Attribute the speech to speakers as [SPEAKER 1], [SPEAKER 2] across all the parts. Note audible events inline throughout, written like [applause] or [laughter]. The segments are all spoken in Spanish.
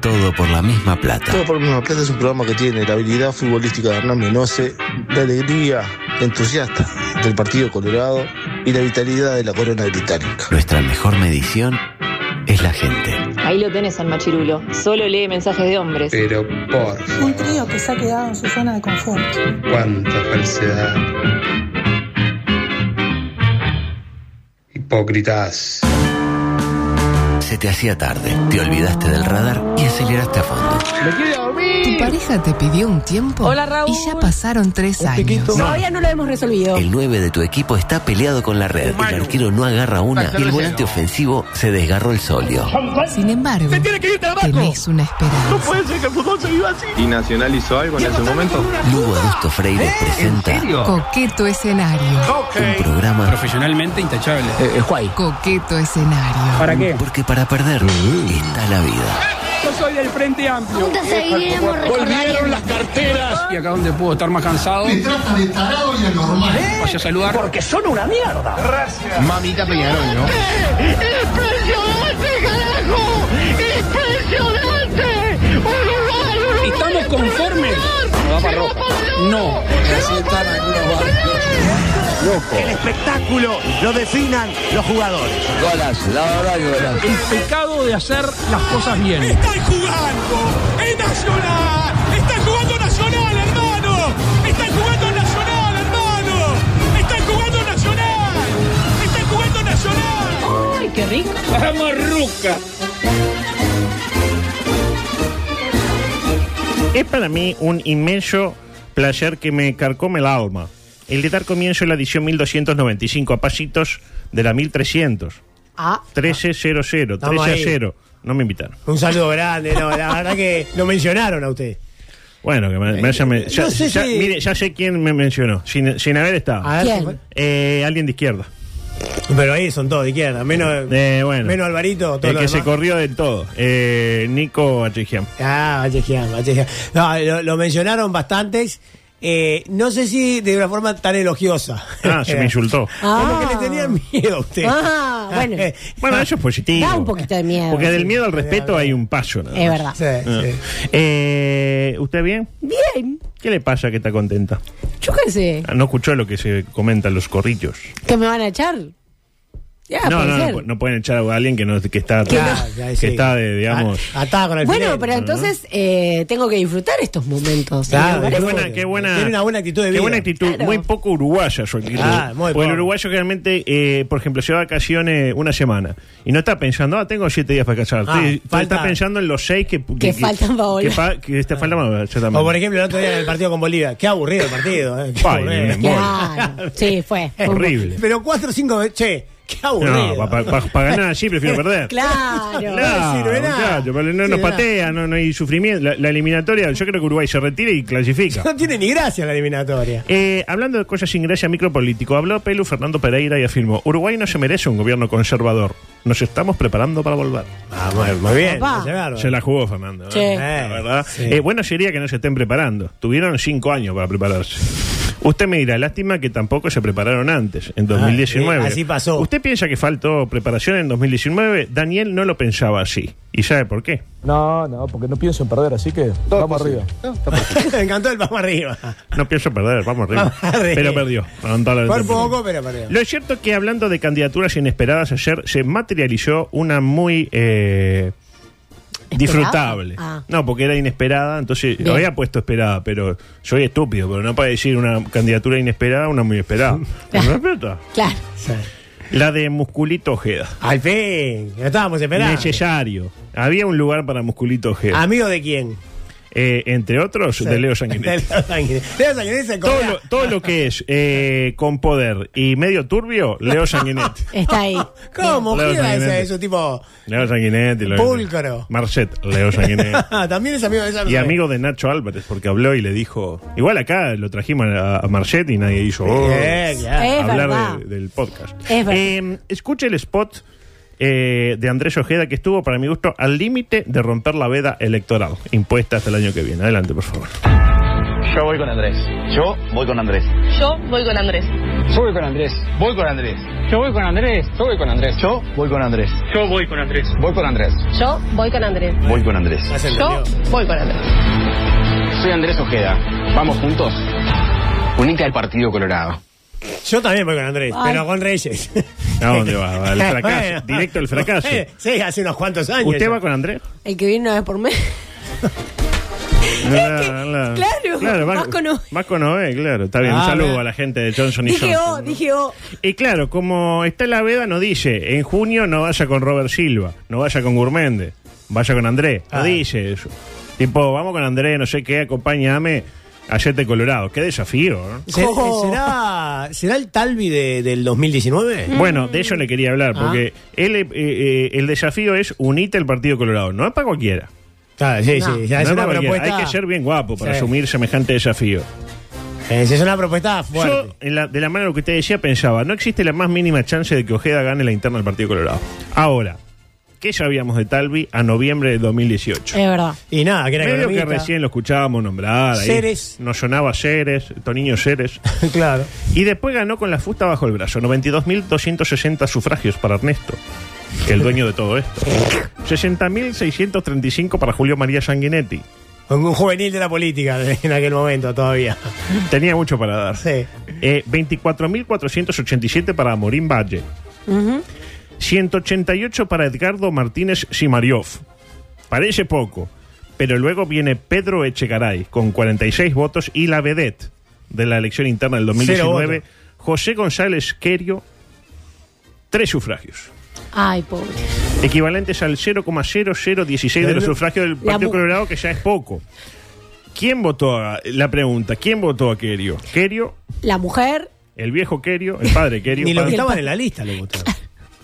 [SPEAKER 1] Todo por la misma plata.
[SPEAKER 2] Todo por la misma plata es un programa que tiene la habilidad futbolística de Hernán Menose, la alegría entusiasta del Partido Colorado y la vitalidad de la corona británica.
[SPEAKER 1] Nuestra mejor medición es la gente.
[SPEAKER 3] Ahí lo tenés al machirulo. Solo lee mensajes de hombres.
[SPEAKER 4] Pero por favor.
[SPEAKER 5] Un trío que se ha quedado en su zona de confort.
[SPEAKER 4] Cuánta falsedad. Hipócritas.
[SPEAKER 1] Se te hacía tarde, te olvidaste del radar y aceleraste a fondo.
[SPEAKER 4] ¡Me quiero dormir!
[SPEAKER 6] Tu pareja te pidió un tiempo
[SPEAKER 7] Hola, Raúl.
[SPEAKER 6] y ya pasaron tres años.
[SPEAKER 7] Todavía no lo hemos resolvido.
[SPEAKER 1] El 9 de tu equipo está peleado con la red, el arquero no agarra una y el volante ofensivo se desgarró el solio.
[SPEAKER 6] Sin embargo, tenés una esperanza.
[SPEAKER 4] Puede ser que el fútbol se viva así.
[SPEAKER 8] ¿Y Nacional hizo algo en ese momento?
[SPEAKER 1] Lugo Augusto Freire presenta
[SPEAKER 6] Coqueto escenario.
[SPEAKER 1] un programa
[SPEAKER 9] Profesionalmente intachable.
[SPEAKER 6] Coqueto escenario.
[SPEAKER 9] ¿Para qué?
[SPEAKER 1] porque para perder está la vida.
[SPEAKER 9] Yo soy del Frente Amplio.
[SPEAKER 10] seguiremos
[SPEAKER 9] Volvieron las carteras. Y acá donde puedo estar más cansado. Me trata de tarado y anormal. Vaya a saludar. Porque
[SPEAKER 8] Mamita Peñarol, ¿no?
[SPEAKER 10] ¡Eh! ¡Impresionante, carajo! ¡Impresionante! ¡Uruguay, Uruguay!
[SPEAKER 9] estamos conformes. No.
[SPEAKER 10] Así están algunos
[SPEAKER 9] El espectáculo lo definan los jugadores. El pecado de hacer las cosas bien.
[SPEAKER 11] ¡Están jugando! ¡Es Nacional! ¡Están jugando Nacional, hermano! ¡Están jugando Nacional, hermano! ¡Están jugando Nacional! ¡Están jugando Nacional!
[SPEAKER 7] Ay, qué rico.
[SPEAKER 9] Vamos, Ruca.
[SPEAKER 12] Es para mí un inmenso placer que me carcome el alma el de dar comienzo a la edición 1295 a pasitos de la 1300.
[SPEAKER 7] Ah,
[SPEAKER 12] 1300, 13
[SPEAKER 13] Estamos
[SPEAKER 12] a
[SPEAKER 13] ahí.
[SPEAKER 12] 0. No me invitaron.
[SPEAKER 13] Un saludo grande, no, la verdad que lo mencionaron a usted.
[SPEAKER 12] Bueno, que me, me haya me- ya,
[SPEAKER 13] no sé
[SPEAKER 12] ya-
[SPEAKER 13] si- Ah.
[SPEAKER 12] mire, ya sé quién me mencionó, sin, sin haber estado.
[SPEAKER 13] A ver,
[SPEAKER 7] ¿Quién?
[SPEAKER 13] ¿se fue?
[SPEAKER 12] Eh, alguien de izquierda.
[SPEAKER 13] Pero ahí son todos de izquierda, menos,
[SPEAKER 12] Eh, bueno,
[SPEAKER 13] menos Alvarito, todo
[SPEAKER 12] el
[SPEAKER 13] lo
[SPEAKER 12] que se
[SPEAKER 13] demás.
[SPEAKER 12] corrió del todo. Eh, Nico Achigian.
[SPEAKER 13] Ah, Vallejian, Vallejian. No, lo, lo mencionaron bastantes. Eh, no sé si de una forma tan elogiosa.
[SPEAKER 12] Ah,
[SPEAKER 13] eh. [laughs]
[SPEAKER 12] se me insultó.
[SPEAKER 13] Como que le tenían miedo a usted.
[SPEAKER 7] Ah, bueno.
[SPEAKER 13] Eh,
[SPEAKER 12] Bueno, eso es positivo.
[SPEAKER 7] Da un poquito de miedo,
[SPEAKER 12] Porque del
[SPEAKER 7] sí.
[SPEAKER 12] miedo al respeto hay un paso. nada
[SPEAKER 7] es
[SPEAKER 12] más.
[SPEAKER 7] verdad.
[SPEAKER 13] sí, sí.
[SPEAKER 12] Eh, ¿Usted bien?
[SPEAKER 7] Bien.
[SPEAKER 12] ¿Qué le pasa que está contenta?
[SPEAKER 7] Yo qué sé.
[SPEAKER 12] Ah, No escuchó lo que se comenta en los corrillos.
[SPEAKER 7] ¿Que me van a echar? Ya,
[SPEAKER 12] no,
[SPEAKER 7] puede
[SPEAKER 12] no, no,
[SPEAKER 7] ser.
[SPEAKER 12] pu- no pueden echar a alguien que, no, que está,
[SPEAKER 7] Que no.
[SPEAKER 13] Ah, ya,
[SPEAKER 12] que
[SPEAKER 13] sí.
[SPEAKER 12] está de, digamos...
[SPEAKER 13] Ah, atado con el
[SPEAKER 7] Bueno,
[SPEAKER 13] filete.
[SPEAKER 7] pero entonces eh, tengo que disfrutar estos momentos. ¿no?
[SPEAKER 13] Claro,
[SPEAKER 12] Qué
[SPEAKER 13] disfrute.
[SPEAKER 12] buena, qué buena,
[SPEAKER 13] Tiene una buena actitud de
[SPEAKER 12] qué
[SPEAKER 13] vida.
[SPEAKER 12] buena actitud,
[SPEAKER 7] Claro.
[SPEAKER 12] muy poco uruguaya su actitud.
[SPEAKER 13] Ah, muy
[SPEAKER 12] Porque el
[SPEAKER 13] poco.
[SPEAKER 12] uruguayo generalmente, eh, por ejemplo, se va a vacaciones una semana y no está pensando, ah, tengo siete días para casar.
[SPEAKER 13] Ah, falta-
[SPEAKER 12] Está pensando en los seis que,
[SPEAKER 7] Que faltan para volver.
[SPEAKER 12] Que, fa- que te faltan para volver, exactamente.
[SPEAKER 13] O por ejemplo, el otro día en el partido con Bolivia. Qué aburrido el partido. eh, qué
[SPEAKER 12] Ay,
[SPEAKER 13] aburrido.
[SPEAKER 12] nene.
[SPEAKER 7] Claro. [laughs] Sí, fue.
[SPEAKER 12] Horrible.
[SPEAKER 13] Pero cuatro o cinco veces. Che, qué aburrido.
[SPEAKER 12] No, para ganar así prefiero
[SPEAKER 13] [laughs]
[SPEAKER 12] perder.
[SPEAKER 7] Claro.
[SPEAKER 12] Claro,
[SPEAKER 13] sirve nada.
[SPEAKER 12] muchacho, pero no
[SPEAKER 13] Sirve
[SPEAKER 12] nos
[SPEAKER 13] nada.
[SPEAKER 12] patea, no, no hay sufrimiento. La, la eliminatoria, yo creo que Uruguay se retira y clasifica.
[SPEAKER 13] [laughs] No tiene ni gracia la eliminatoria.
[SPEAKER 12] Eh, hablando de cosas sin gracia micropolítico, habló Pelu Fernando Pereira y afirmó: Uruguay no se merece un gobierno conservador. Nos estamos preparando para volver.
[SPEAKER 13] Ah, muy, muy bien.
[SPEAKER 7] Papá.
[SPEAKER 13] no sé, bárbaro.
[SPEAKER 12] Se la jugó Fernando. ¿eh?
[SPEAKER 7] Sí.
[SPEAKER 12] La verdad.
[SPEAKER 13] Sí.
[SPEAKER 12] Eh, bueno sería que no se estén preparando. Tuvieron cinco años para prepararse. Usted me dirá, lástima que tampoco se prepararon antes, en 2019.
[SPEAKER 13] eh, así pasó.
[SPEAKER 12] ¿Usted piensa que faltó preparación en 2019? Daniel no lo pensaba así. ¿Y sabe por qué?
[SPEAKER 9] No, no, porque no pienso en perder, así que vamos arriba.
[SPEAKER 13] [laughs] Me encantó el vamos arriba.
[SPEAKER 12] No pienso perder,
[SPEAKER 13] [laughs]
[SPEAKER 12] vamos arriba.
[SPEAKER 13] Vamos arriba.
[SPEAKER 12] Pero perdió. lamentablemente
[SPEAKER 13] Ah, Por poco,
[SPEAKER 12] perdió.
[SPEAKER 13] pero perdió.
[SPEAKER 12] Lo cierto es que hablando de candidaturas inesperadas ayer, se materializó una muy eh, disfrutable.
[SPEAKER 7] Ah.
[SPEAKER 12] No, porque era inesperada, entonces
[SPEAKER 7] Bien.
[SPEAKER 12] había puesto esperada, pero soy estúpido, pero no para decir una candidatura inesperada, una
[SPEAKER 7] [laughs]
[SPEAKER 12] muy esperada. ¿No es verdad?
[SPEAKER 7] Claro.
[SPEAKER 13] Sí.
[SPEAKER 12] La de Musculito Ojeda.
[SPEAKER 13] Al fin. Lo estábamos esperando.
[SPEAKER 12] Necesario. Había un lugar para Musculito Ojeda.
[SPEAKER 13] ¿Amigo de quién?
[SPEAKER 12] Eh, entre otros, de Leo Sanguinetti.
[SPEAKER 13] [laughs] De Leo Sanguinetti. Leo Sanguinetti se
[SPEAKER 12] todo
[SPEAKER 13] cobra.
[SPEAKER 12] lo, todo lo que es eh, con poder y medio turbio, Leo
[SPEAKER 7] [laughs]
[SPEAKER 12] Sanguinetti.
[SPEAKER 7] Está ahí.
[SPEAKER 13] [laughs] ¿Cómo?
[SPEAKER 12] Leo
[SPEAKER 13] ¿Qué era ese,
[SPEAKER 12] Sanguinetti.
[SPEAKER 13] ese tipo?
[SPEAKER 12] Leo Sanguinetti. Leo
[SPEAKER 13] Púlcaro.
[SPEAKER 12] Marcet,
[SPEAKER 7] [laughs]
[SPEAKER 12] Leo Sanguinetti.
[SPEAKER 13] Ah, [laughs] También es amigo de esa
[SPEAKER 12] Y amigo de Nacho Álvarez, porque habló y le dijo. Igual acá lo trajimos a, a Marcet y nadie hizo. "Oh",
[SPEAKER 13] Eh, claro.
[SPEAKER 7] Es verdad.
[SPEAKER 12] hablar de- del podcast.
[SPEAKER 7] Es verdad.
[SPEAKER 12] Eh, escuche el spot eh, de Andrés Ojeda que estuvo, para mi gusto, al límite de romper la veda electoral impuesta hasta el año que viene. Adelante, por favor.
[SPEAKER 14] Yo voy con Andrés. Yo voy con Andrés.
[SPEAKER 15] Yo voy con Andrés.
[SPEAKER 14] Yo voy con Andrés. Voy con Andrés. Yo voy con Andrés. Yo voy con Andrés. Yo voy con Andrés. Yo voy con Andrés. Voy con Andrés.
[SPEAKER 15] Yo voy con Andrés.
[SPEAKER 14] Voy con Andrés.
[SPEAKER 15] Yo voy con Andrés.
[SPEAKER 14] Soy Andrés Ojeda. Vamos juntos. Unite al Partido Colorado.
[SPEAKER 13] Yo también voy con Andrés,
[SPEAKER 12] Ay.
[SPEAKER 13] pero con Reyes.
[SPEAKER 12] ¿A dónde va?
[SPEAKER 13] [laughs]
[SPEAKER 12] Al fracaso. Directo al fracaso.
[SPEAKER 13] Eh, Sí, hace unos cuantos años.
[SPEAKER 12] ¿Usted
[SPEAKER 13] ya.
[SPEAKER 12] va con Andrés?
[SPEAKER 7] El que viene una vez por mes. claro,
[SPEAKER 12] va-
[SPEAKER 7] vas con Obe.
[SPEAKER 12] Vas con Obe, claro. Está bien,
[SPEAKER 7] Ah,
[SPEAKER 12] un saludo
[SPEAKER 7] bien.
[SPEAKER 12] a la gente de Johnson y
[SPEAKER 7] Dije
[SPEAKER 12] Johnson.
[SPEAKER 7] [laughs] oh, dije oh.
[SPEAKER 12] Y claro, como está la veda, no dice, en junio no vaya con Robert Silva, no vaya con Gurmende, vaya con Andrés. No dice eso. Tipo, vamos con Andrés, no sé qué, acompáñame a Yete Colorado. Qué desafío, ¿no?
[SPEAKER 13] ¿Será, eh, será, será el Talvi de- del 2019?
[SPEAKER 12] Bueno, de eso le quería hablar, porque él, eh, eh, el desafío es unite al Partido Colorado, no es para cualquiera.
[SPEAKER 13] sí, No. sí, ya es
[SPEAKER 12] No
[SPEAKER 13] una
[SPEAKER 12] para cualquiera.
[SPEAKER 13] propuesta-
[SPEAKER 12] Hay que ser bien guapo para
[SPEAKER 13] Sí.
[SPEAKER 12] asumir semejante desafío.
[SPEAKER 13] Esa eh, es una propuesta fuerte.
[SPEAKER 12] Yo, en la- de la manera de lo que usted decía, pensaba, no existe la más mínima chance de que Ojeda gane la interna del Partido Colorado. Ahora, ¿qué sabíamos de Talvi a noviembre de 2018?
[SPEAKER 7] Es verdad.
[SPEAKER 13] Y nada, que Eh, era
[SPEAKER 12] Medio que
[SPEAKER 13] economista.
[SPEAKER 12] recién lo escuchábamos nombrar. ahí.
[SPEAKER 13] Ceres.
[SPEAKER 12] Nos sonaba Ceres, Toniño Ceres.
[SPEAKER 13] [laughs] claro.
[SPEAKER 12] Y después ganó con la fusta bajo el brazo. 92.260 sufragios para Ernesto, el dueño de todo
[SPEAKER 13] [laughs]
[SPEAKER 12] esto. 60.635 para Julio María Sanguinetti.
[SPEAKER 13] Un juvenil de la política en aquel momento todavía. [laughs]
[SPEAKER 12] Tenía mucho para dar.
[SPEAKER 13] Sí.
[SPEAKER 12] Eh, 24.487 para Morín Valle. 188 para Edgardo Martínez Simariov. Parece poco, pero luego viene Pedro Echegaray con 46 votos y la vedette de la elección interna del 2019,
[SPEAKER 13] Cero
[SPEAKER 12] José González Querio, tres sufragios,
[SPEAKER 7] Ay, pobre.
[SPEAKER 12] equivalentes al 0,0016 de los sufragios del
[SPEAKER 7] La
[SPEAKER 12] Partido
[SPEAKER 7] mu-
[SPEAKER 12] Colorado, que ya es poco. ¿Quién votó a, la pregunta, quién votó a Querio? Querio,
[SPEAKER 7] La mujer.
[SPEAKER 12] el viejo Querio, el padre
[SPEAKER 13] [laughs]
[SPEAKER 12] Querio.
[SPEAKER 13] Ni los que
[SPEAKER 12] padre-
[SPEAKER 13] estaban en la lista le votaron.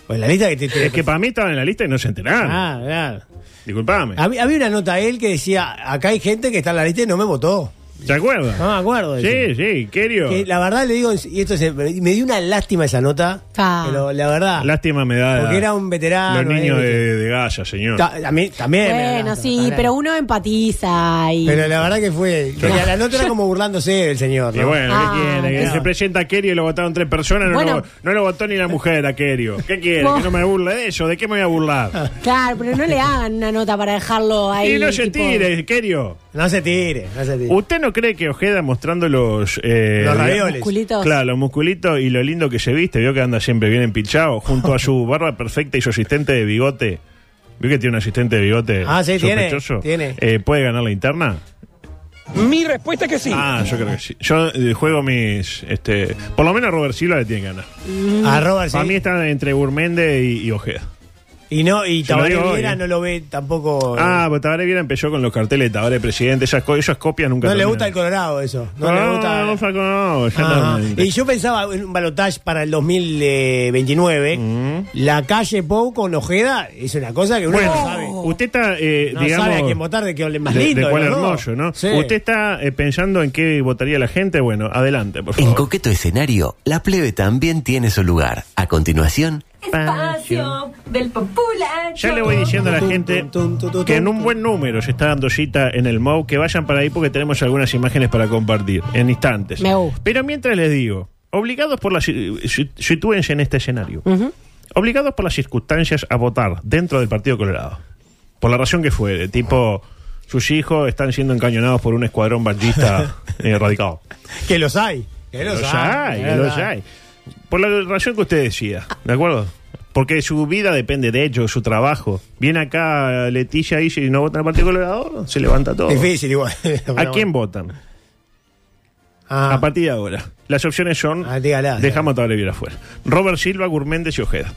[SPEAKER 13] Pues la lista que te- te-
[SPEAKER 12] Es que para mí estaban en la lista y no se enteraron.
[SPEAKER 13] Ah, claro.
[SPEAKER 12] Disculpame.
[SPEAKER 13] Había, había una nota él que decía, acá hay gente que está en la lista y no me votó.
[SPEAKER 12] ¿Se acuerda?
[SPEAKER 13] No me acuerdo.
[SPEAKER 12] Sí,
[SPEAKER 13] decía.
[SPEAKER 12] sí, Querio.
[SPEAKER 13] Que la verdad le digo, y esto se- me dio una lástima esa nota,
[SPEAKER 7] Ah.
[SPEAKER 13] pero la verdad,
[SPEAKER 12] Lástima me da.
[SPEAKER 13] porque era un veterano.
[SPEAKER 12] Los niños
[SPEAKER 13] eh,
[SPEAKER 12] de, de Gaza, señor.
[SPEAKER 13] ta- a mí también. me da
[SPEAKER 7] Bueno,
[SPEAKER 13] lástima,
[SPEAKER 7] sí,
[SPEAKER 13] también.
[SPEAKER 7] pero uno empatiza y.
[SPEAKER 13] Pero la verdad que fue.
[SPEAKER 12] Yo-
[SPEAKER 13] La, la nota era como burlándose del señor.
[SPEAKER 12] Y
[SPEAKER 13] ¿no?
[SPEAKER 12] bueno,
[SPEAKER 7] Ah,
[SPEAKER 12] ¿qué quiere? Que
[SPEAKER 13] no.
[SPEAKER 12] se presenta a Kerio y lo votaron tres personas. No,
[SPEAKER 7] Bueno.
[SPEAKER 12] lo, no lo votó ni la mujer a Kerio. ¿Qué quiere?
[SPEAKER 7] Vos-
[SPEAKER 12] ¿Que no me burle de eso? ¿De qué me voy a burlar?
[SPEAKER 7] Claro, pero no le hagan una nota para dejarlo ahí.
[SPEAKER 12] y no se
[SPEAKER 7] tipo-
[SPEAKER 12] tire, Kerio.
[SPEAKER 13] No se tire, no se tire.
[SPEAKER 12] ¿Usted no cree que Ojeda mostrando los... eh,
[SPEAKER 13] Los
[SPEAKER 12] digamos,
[SPEAKER 13] ravioles.
[SPEAKER 7] Musculitos.
[SPEAKER 12] Claro, los musculitos y lo lindo que se viste, vio que anda siempre bien empilchado, junto
[SPEAKER 13] [laughs]
[SPEAKER 12] a su barba perfecta y su asistente de bigote. ¿Vio que tiene un asistente de bigote
[SPEAKER 13] Ah, sí, tiene,
[SPEAKER 12] sospechoso?
[SPEAKER 13] tiene.
[SPEAKER 12] Eh, ¿Puede ganar la interna?
[SPEAKER 9] Mi respuesta es que sí.
[SPEAKER 12] Ah, yo creo que sí. Yo eh, juego mis... este Por lo menos a Robert Silva le tiene que ganar.
[SPEAKER 13] Arroba, Ah, sí.
[SPEAKER 12] Para mí está entre Burmende y, y Ojeda.
[SPEAKER 13] Y no, y
[SPEAKER 12] Se lo
[SPEAKER 13] Tabaré
[SPEAKER 12] digo hoy,
[SPEAKER 13] Viera
[SPEAKER 12] eh.
[SPEAKER 13] no lo ve tampoco. eh,
[SPEAKER 12] Ah, pero Tabaré Viera empezó con los carteles de Tabaré Presidente, esas, co- esas copias nunca
[SPEAKER 13] no le
[SPEAKER 12] terminan. Ah,
[SPEAKER 13] gusta el Colorado eso. No, le gusta.
[SPEAKER 12] No, Facu, no, ya
[SPEAKER 13] Ajá.
[SPEAKER 12] no.
[SPEAKER 13] Y yo pensaba en un balotaje para el 2029. La calle Pou con Ojeda es una cosa que uno
[SPEAKER 12] Mm. Bueno,
[SPEAKER 13] no sabe.
[SPEAKER 12] usted está, eh,
[SPEAKER 13] No
[SPEAKER 12] digamos...
[SPEAKER 13] sabe a quién votar de que hablen más
[SPEAKER 12] de-
[SPEAKER 13] lindo.
[SPEAKER 12] de cuál
[SPEAKER 13] los dos.
[SPEAKER 12] hermoso, ¿no?
[SPEAKER 13] Sí.
[SPEAKER 12] Usted está eh, pensando en qué votaría la gente. Bueno, adelante, por
[SPEAKER 1] En
[SPEAKER 12] favor.
[SPEAKER 1] coqueto escenario, la plebe también tiene su lugar. A continuación,
[SPEAKER 16] Espacio del popular.
[SPEAKER 12] Ya le voy diciendo a la gente que en un buen número se está dando cita en el MOU, que vayan para ahí porque tenemos algunas imágenes para compartir en instantes.
[SPEAKER 7] Me gusta.
[SPEAKER 12] Pero mientras les digo, obligados por las... Sitúense en este escenario. Obligados por las circunstancias a votar dentro del Partido Colorado. Por la razón que fue, de tipo... Sus hijos están siendo encañonados por un
[SPEAKER 13] [laughs]
[SPEAKER 12] escuadrón ballista eh, radicado.
[SPEAKER 13] Que los hay. Que los,
[SPEAKER 12] Los hay, que los hay. Por la razón que usted decía, ¿de acuerdo? Porque su vida depende de ellos, su trabajo. Viene acá Leticia y si no vota en el Partido Colorado, se levanta todo.
[SPEAKER 13] Difícil igual. [laughs] Pero
[SPEAKER 12] ¿A
[SPEAKER 13] bueno.
[SPEAKER 12] quién votan?
[SPEAKER 13] Ah.
[SPEAKER 12] A partir de ahora. Las opciones son,
[SPEAKER 13] Ah, dígala.
[SPEAKER 12] dejamos a Tabaré Viera afuera. Robert Silva, Gurméndez y Ojeda.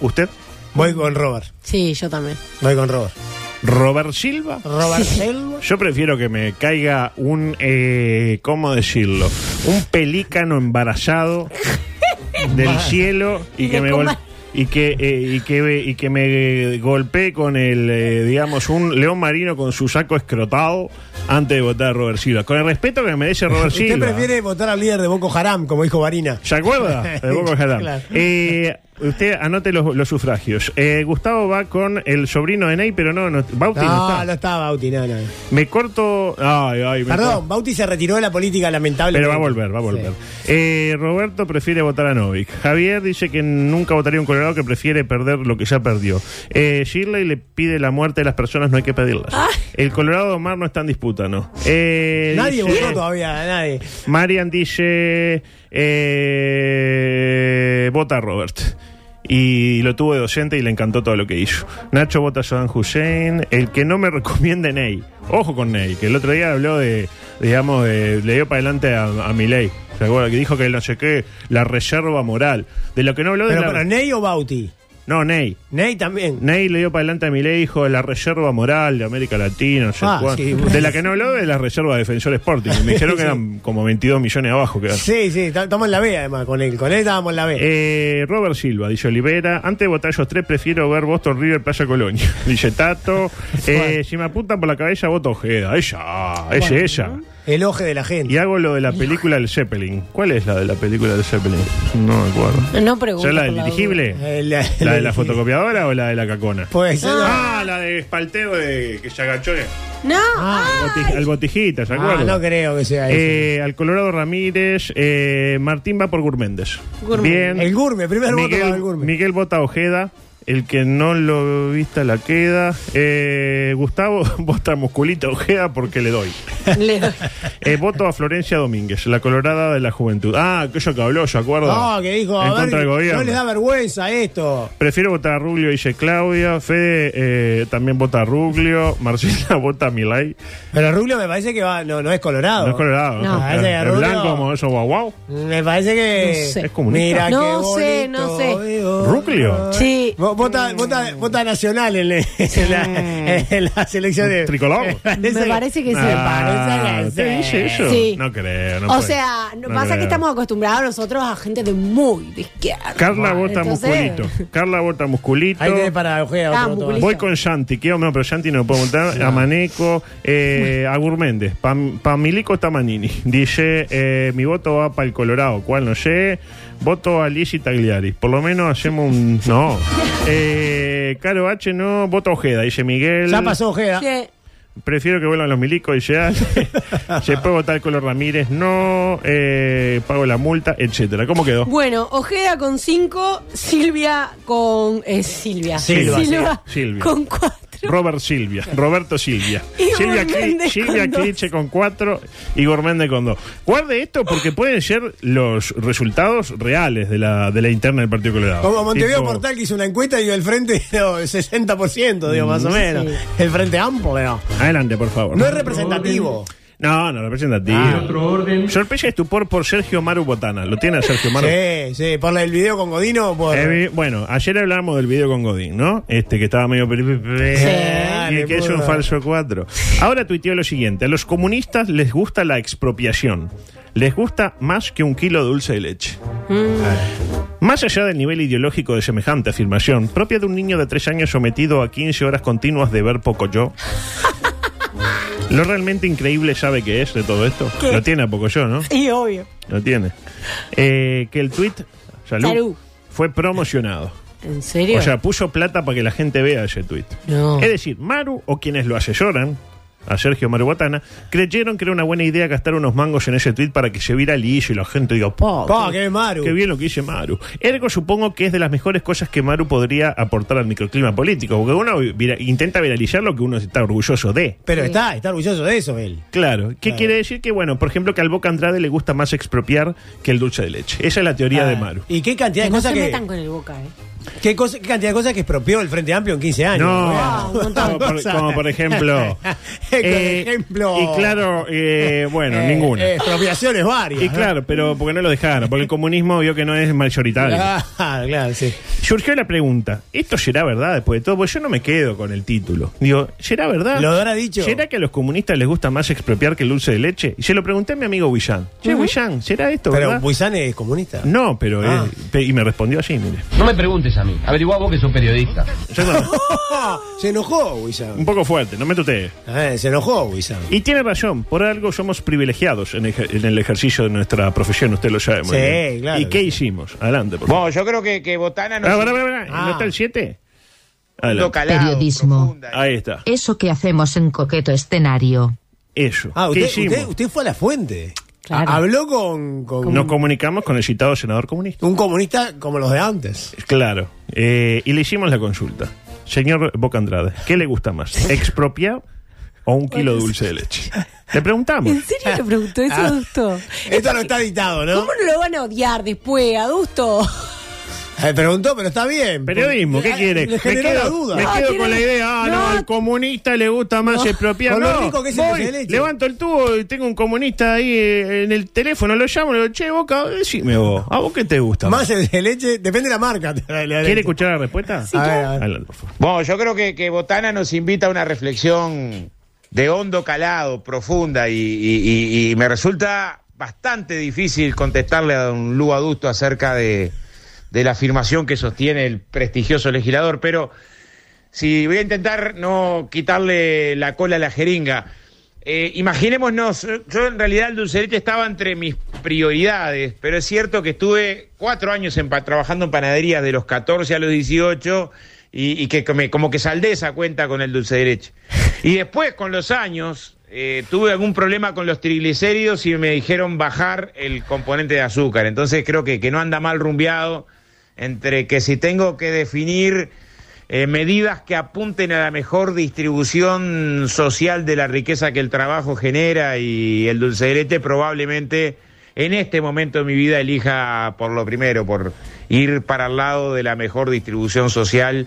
[SPEAKER 12] ¿Usted?
[SPEAKER 13] Voy con Robert.
[SPEAKER 7] Sí, yo también.
[SPEAKER 13] Voy con Robert.
[SPEAKER 12] Robert Silva.
[SPEAKER 13] Robert Selva.
[SPEAKER 12] Yo prefiero que me caiga un, eh, ¿cómo decirlo? Un pelícano embarazado del cielo y que me gol- y que, eh, y que y que me golpee con el eh, digamos un león marino con su saco escrotado antes de votar a Robert Silva con el respeto que me merece Robert
[SPEAKER 13] Usted
[SPEAKER 12] Silva
[SPEAKER 13] prefiere votar al líder de Boko Haram, como dijo Varina. [laughs]
[SPEAKER 12] ¿Se acuerda? De Boko Haram.
[SPEAKER 13] Claro.
[SPEAKER 12] Eh, Usted anote los, los sufragios. Eh, Gustavo va con el sobrino de Ney, pero no, no Bauti no,
[SPEAKER 13] No,
[SPEAKER 12] está.
[SPEAKER 13] no está Bauti, no, no.
[SPEAKER 12] Me corto. Ay, ay, me
[SPEAKER 13] Perdón, Bauti se retiró de la política, lamentablemente.
[SPEAKER 12] Pero va a volver, va a volver. Eh, Roberto prefiere votar a Novik. Javier dice que nunca votaría un colorado que prefiere perder lo que ya perdió. Eh, Shirley le pide la muerte de las personas, no hay que pedirlas. El colorado de Omar no está en disputa, ¿no? Eh,
[SPEAKER 13] Nadie
[SPEAKER 12] dice-
[SPEAKER 13] votó todavía, nadie.
[SPEAKER 12] Marian dice. eh, vota a Robert. Y lo tuvo de docente y le encantó todo lo que hizo. Nacho vota a Saddam Hussein. El que no me recomiende Ney. Ojo con Ney, que el otro día habló de. Digamos, de- le dio para adelante a, a Milei. ¿Se acuerda? Que dijo que no sé qué, la reserva moral. De lo que no habló de
[SPEAKER 13] Pero,
[SPEAKER 12] la-
[SPEAKER 13] pero Ney o Bauti.
[SPEAKER 12] No, Ney.
[SPEAKER 13] Ney también.
[SPEAKER 12] Ney le dio para adelante a Milei, dijo de la reserva moral de América Latina, no sé
[SPEAKER 13] Ah,
[SPEAKER 12] cuánto.
[SPEAKER 13] sí,
[SPEAKER 12] De la que no habló de la reserva Defensor Sporting. Me dijeron
[SPEAKER 13] [laughs]
[SPEAKER 12] que
[SPEAKER 13] Sí.
[SPEAKER 12] eran como 22 millones abajo. Que
[SPEAKER 13] Sí, sí, ta- estamos en la B además con él. Con él estábamos en la B.
[SPEAKER 12] Eh, Robert Silva, dice Olivera. Antes de votar ellos tres, prefiero ver Boston River Playa Colonia. [laughs]
[SPEAKER 13] [laughs]
[SPEAKER 12] Dice Tato. Eh, si me apuntan por la cabeza, voto Ojeda. Ella, es
[SPEAKER 13] Bueno.
[SPEAKER 12] ella.
[SPEAKER 13] El oje de la gente.
[SPEAKER 12] Y hago lo de la película del Zeppelin. ¿Cuál es la de la película del Zeppelin? No me acuerdo.
[SPEAKER 7] No pregunto.
[SPEAKER 12] ¿Ya la del
[SPEAKER 7] por
[SPEAKER 12] dirigible?
[SPEAKER 13] El- el-
[SPEAKER 12] Eh,
[SPEAKER 13] [laughs]
[SPEAKER 12] ¿La de la fotocopiadora o la de la cacona?
[SPEAKER 13] Puede ser.
[SPEAKER 12] Ah, la de espalteo de que se agachó.
[SPEAKER 7] No.
[SPEAKER 12] ah, Boti- Al botijita, ¿se
[SPEAKER 13] Ah,
[SPEAKER 12] acuerdan?
[SPEAKER 13] no creo que sea eso.
[SPEAKER 12] Eh, al Colorado Ramírez, eh, Martín va por Gurméndez.
[SPEAKER 13] Gourmet.
[SPEAKER 12] Bien.
[SPEAKER 13] El Gourmet, primer voto para el Gourmet.
[SPEAKER 12] Miguel vota Ojeda. El que no lo vista la queda. Eh, Gustavo [laughs] vota Musculita Ojeda porque le doy.
[SPEAKER 7] Le doy.
[SPEAKER 12] [laughs] Eh, voto a Florencia Domínguez, la colorada de la juventud. Ah, aquello que habló, ¿se acuerda?
[SPEAKER 13] No, Ah, que dijo,
[SPEAKER 12] En
[SPEAKER 13] a ver,
[SPEAKER 12] contra del gobierno.
[SPEAKER 13] no les da vergüenza esto.
[SPEAKER 12] Prefiero votar a Ruglio, dice Claudia. Fede eh, también vota a Ruglio. [laughs] Marcela vota a Milay.
[SPEAKER 13] Pero Rubio me parece que va, no, no es colorado.
[SPEAKER 12] No es colorado.
[SPEAKER 13] No.
[SPEAKER 12] Es,
[SPEAKER 13] Parece que
[SPEAKER 12] es
[SPEAKER 13] Rubio-
[SPEAKER 12] blanco como eso, guau guau.
[SPEAKER 13] Me parece que.
[SPEAKER 12] No sé. Es comunista.
[SPEAKER 13] Mira,
[SPEAKER 7] No
[SPEAKER 13] qué
[SPEAKER 7] sé,
[SPEAKER 13] bonito,
[SPEAKER 7] no sé.
[SPEAKER 13] veo.
[SPEAKER 12] ¿Ruglio?
[SPEAKER 7] Sí.
[SPEAKER 13] Vo- Vota, vota, vota nacional en, en la, en la selección de. [laughs]
[SPEAKER 12] ¿Tricolor?
[SPEAKER 7] Me parece que sí.
[SPEAKER 12] Ah,
[SPEAKER 13] Me parece que
[SPEAKER 12] ¿te
[SPEAKER 13] sí.
[SPEAKER 12] dice eso?
[SPEAKER 7] Sí.
[SPEAKER 12] No creo. No
[SPEAKER 7] o
[SPEAKER 12] puede.
[SPEAKER 7] sea,
[SPEAKER 12] No
[SPEAKER 7] pasa
[SPEAKER 12] creo.
[SPEAKER 7] que estamos acostumbrados nosotros a gente de muy de izquierda.
[SPEAKER 12] Carla vota
[SPEAKER 7] Entonces-
[SPEAKER 12] musculito. Carla vota musculito.
[SPEAKER 13] Ahí tenés para Ojeda.
[SPEAKER 7] Ah,
[SPEAKER 13] otro voto.
[SPEAKER 7] musculista.
[SPEAKER 12] Voy con Shanti, que no, pero Shanti no lo puedo montar. A Maneco, eh, a Gurméndez. Pam- Pamilico Tamanini. [laughs] Dice: eh, Mi voto va para el Colorado. ¿Cuál no sé? Voto a Lizzy Tagliari. Por lo menos hacemos un. No. Eh, Caro H, no. Voto a Ojeda. Dice Miguel.
[SPEAKER 13] Ya pasó Ojeda.
[SPEAKER 7] Sí.
[SPEAKER 12] Prefiero que vuelvan los milicos y ya
[SPEAKER 13] [laughs]
[SPEAKER 12] se puede votar el color Ramírez, no eh, pago la multa, etcétera. ¿Cómo quedó?
[SPEAKER 7] Bueno, Ojeda con 5, Silvia con. eh, Silvia.
[SPEAKER 12] Silva, sí, Silvia.
[SPEAKER 7] Con 4.
[SPEAKER 12] Robert Silvia, Roberto Silvia.
[SPEAKER 7] Y
[SPEAKER 12] Silvia,
[SPEAKER 7] Gourméndez
[SPEAKER 12] Cli- Silvia
[SPEAKER 7] con dos.
[SPEAKER 12] Cliche con cuatro y Gourmende con dos. Guarde esto porque pueden ser los resultados reales de la, de la interna del Partido Colorado.
[SPEAKER 13] Como Montevideo
[SPEAKER 12] Tipo,
[SPEAKER 13] Portal que hizo una encuesta y dio el frente [laughs] dio 60%, digo, más o menos. El frente amplio.
[SPEAKER 12] Adelante, Mm. por favor.
[SPEAKER 13] No es representativo.
[SPEAKER 12] No, no, representativo. Sorpresa y estupor por Sergio Maru Botana. ¿Lo tiene a Sergio Maru?
[SPEAKER 13] Sí, sí, por el video con Godino, por...
[SPEAKER 12] Eh, vi- bueno, ayer hablábamos del video con Godín, ¿no? Este que estaba medio... peri- peri- y que es un
[SPEAKER 13] boludo.
[SPEAKER 12] falso 4. Ahora tuiteó lo siguiente. A los comunistas les gusta la expropiación. Les gusta más que un kilo de dulce de leche. Más allá del nivel ideológico de semejante afirmación, propia de un niño de 3 años sometido a 15 horas continuas de ver Pocoyo, lo realmente increíble sabe que es de todo esto.
[SPEAKER 7] ¿Qué?
[SPEAKER 12] Lo tiene a Pocoyo, ¿no?
[SPEAKER 7] Y obvio.
[SPEAKER 12] Lo tiene. Eh, que el tuit, salud,
[SPEAKER 7] Salud.
[SPEAKER 12] fue promocionado.
[SPEAKER 7] ¿En serio?
[SPEAKER 12] O sea, puso plata para que la gente vea ese tuit.
[SPEAKER 7] No.
[SPEAKER 12] Es decir, Maru o quienes lo asesoran, a Sergio Maru Botana, creyeron que era una buena idea gastar unos mangos en ese tuit para que se viralice y la gente diga, ¡pa!
[SPEAKER 13] Pa, qué bien Maru.
[SPEAKER 12] Qué bien lo que dice Maru. Ergo, supongo que es de las mejores cosas que Maru podría aportar al microclima político, porque uno vira- intenta viralizar lo que uno está orgulloso de.
[SPEAKER 13] Pero está, está orgulloso de eso él.
[SPEAKER 12] Claro. ¿Qué quiere decir? Que, bueno, por ejemplo, que al Boca Andrade le gusta más expropiar que el dulce de leche. Esa es la teoría
[SPEAKER 13] Ah. [laughs]
[SPEAKER 12] de Maru.
[SPEAKER 13] ¿Y qué cantidad
[SPEAKER 7] Que Eh, no
[SPEAKER 13] de cosas
[SPEAKER 7] se
[SPEAKER 13] que...
[SPEAKER 7] metan con el boca, ¿eh?
[SPEAKER 13] Qué, cosa- qué cantidad de cosas que expropió el Frente Amplio en 15 años?
[SPEAKER 12] No, como por, como por
[SPEAKER 13] [laughs]
[SPEAKER 12] ejemplo.
[SPEAKER 13] Por
[SPEAKER 12] eh,
[SPEAKER 13] ejemplo.
[SPEAKER 12] Y claro, eh, bueno,
[SPEAKER 13] Eh,
[SPEAKER 12] ninguna.
[SPEAKER 13] eh, expropiaciones varias.
[SPEAKER 12] Y claro, pero porque no lo dejaron, porque el comunismo vio que no es mayoritario.
[SPEAKER 13] Ah, claro, sí.
[SPEAKER 12] surgió la pregunta, ¿esto será verdad después de todo? Porque yo no me quedo con el título. Digo, ¿será verdad?
[SPEAKER 13] Lo habrá dicho.
[SPEAKER 12] ¿Será que a los comunistas les gusta más expropiar que el dulce de leche? Y se lo pregunté a mi amigo Huillán. Che,
[SPEAKER 13] Ujú.
[SPEAKER 12] Huillán, ¿será esto
[SPEAKER 13] Pero
[SPEAKER 12] verdad?
[SPEAKER 13] Buizán es comunista.
[SPEAKER 12] No, pero...
[SPEAKER 13] Ah.
[SPEAKER 12] es- pe- y me respondió así, mire.
[SPEAKER 14] No me preguntes a mí. Averigua vos que sos periodista.
[SPEAKER 13] se enojó Buizán.
[SPEAKER 12] Un poco fuerte, no me tutee.
[SPEAKER 13] Eh, se enojó Buizán.
[SPEAKER 12] Y tiene razón, por algo somos privilegiados en, ejer- en el ejercicio de nuestra profesión, usted lo sabe
[SPEAKER 13] Sí,
[SPEAKER 12] muy bien.
[SPEAKER 13] claro.
[SPEAKER 12] ¿Y qué hicimos? Adelante, por favor.
[SPEAKER 14] yo creo que, que Botana
[SPEAKER 12] no- Ah, pará, pará, pará. ¿No está el 7? Adelante.
[SPEAKER 17] Periodismo.
[SPEAKER 12] Ahí está.
[SPEAKER 17] Eso que hacemos en coqueto escenario.
[SPEAKER 12] Eso.
[SPEAKER 13] Ah,
[SPEAKER 12] ¿Qué
[SPEAKER 13] usted,
[SPEAKER 12] hicimos?
[SPEAKER 13] usted- usted fue a la fuente.
[SPEAKER 17] Claro.
[SPEAKER 13] Ha- Habló con, con
[SPEAKER 12] Nos comunicamos con el citado senador comunista.
[SPEAKER 13] un comunista como los de antes.
[SPEAKER 12] Claro. Eh, y le hicimos la consulta. Señor Boca Andrade, ¿qué le
[SPEAKER 13] [laughs]
[SPEAKER 12] gusta más? ¿Expropiar o un kilo de dulce de leche? Le preguntamos.
[SPEAKER 7] ¿En serio le preguntó eso,
[SPEAKER 12] Ah.
[SPEAKER 7] adusto?
[SPEAKER 13] Esto no está editado, ¿no?
[SPEAKER 7] ¿Cómo no lo van a odiar después, adusto?
[SPEAKER 13] Me Eh, preguntó, pero está bien.
[SPEAKER 12] Periodismo, ¿qué
[SPEAKER 13] Ah,
[SPEAKER 12] quiere?
[SPEAKER 13] Le generó
[SPEAKER 12] quedo,
[SPEAKER 13] la duda.
[SPEAKER 12] me quedo con la idea, ah, no, al comunista le gusta más
[SPEAKER 13] No.
[SPEAKER 12] expropiar.
[SPEAKER 13] Con lo
[SPEAKER 12] No,
[SPEAKER 13] rico que es el
[SPEAKER 12] voy,
[SPEAKER 13] dulce de leche.
[SPEAKER 12] levanto el tubo y tengo un comunista ahí eh, en el teléfono, lo llamo, le digo, che, Boca, decime vos, ¿a vos qué te gusta
[SPEAKER 13] Más el de leche, depende de la marca.
[SPEAKER 12] [laughs] ¿Quiere escuchar la respuesta?
[SPEAKER 13] Sí, claro.
[SPEAKER 12] Adelante, por favor.
[SPEAKER 14] Bueno, yo creo que, que Botana nos invita a una reflexión de hondo calado, profunda, y, y- y- y me resulta bastante difícil contestarle a un Lu adusto acerca de, de la afirmación que sostiene el prestigioso legislador, pero si voy a intentar no quitarle la cola a la jeringa. Eh, imaginémonos, eh, yo en realidad el dulce de leche estaba entre mis prioridades, pero es cierto que estuve cuatro años en pa- trabajando en panaderías de los 14 a los 18 y, y que me- como que saldé esa cuenta con el dulce de leche. Y después, con los años, eh, tuve algún problema con los triglicéridos y me dijeron bajar el componente de azúcar. Entonces creo que, que no anda mal rumbeado entre que si tengo que definir eh, medidas que apunten a la mejor distribución social de la riqueza que el trabajo genera y el dulce de leche probablemente en este momento de mi vida elija por lo primero, por ir para el lado de la mejor distribución social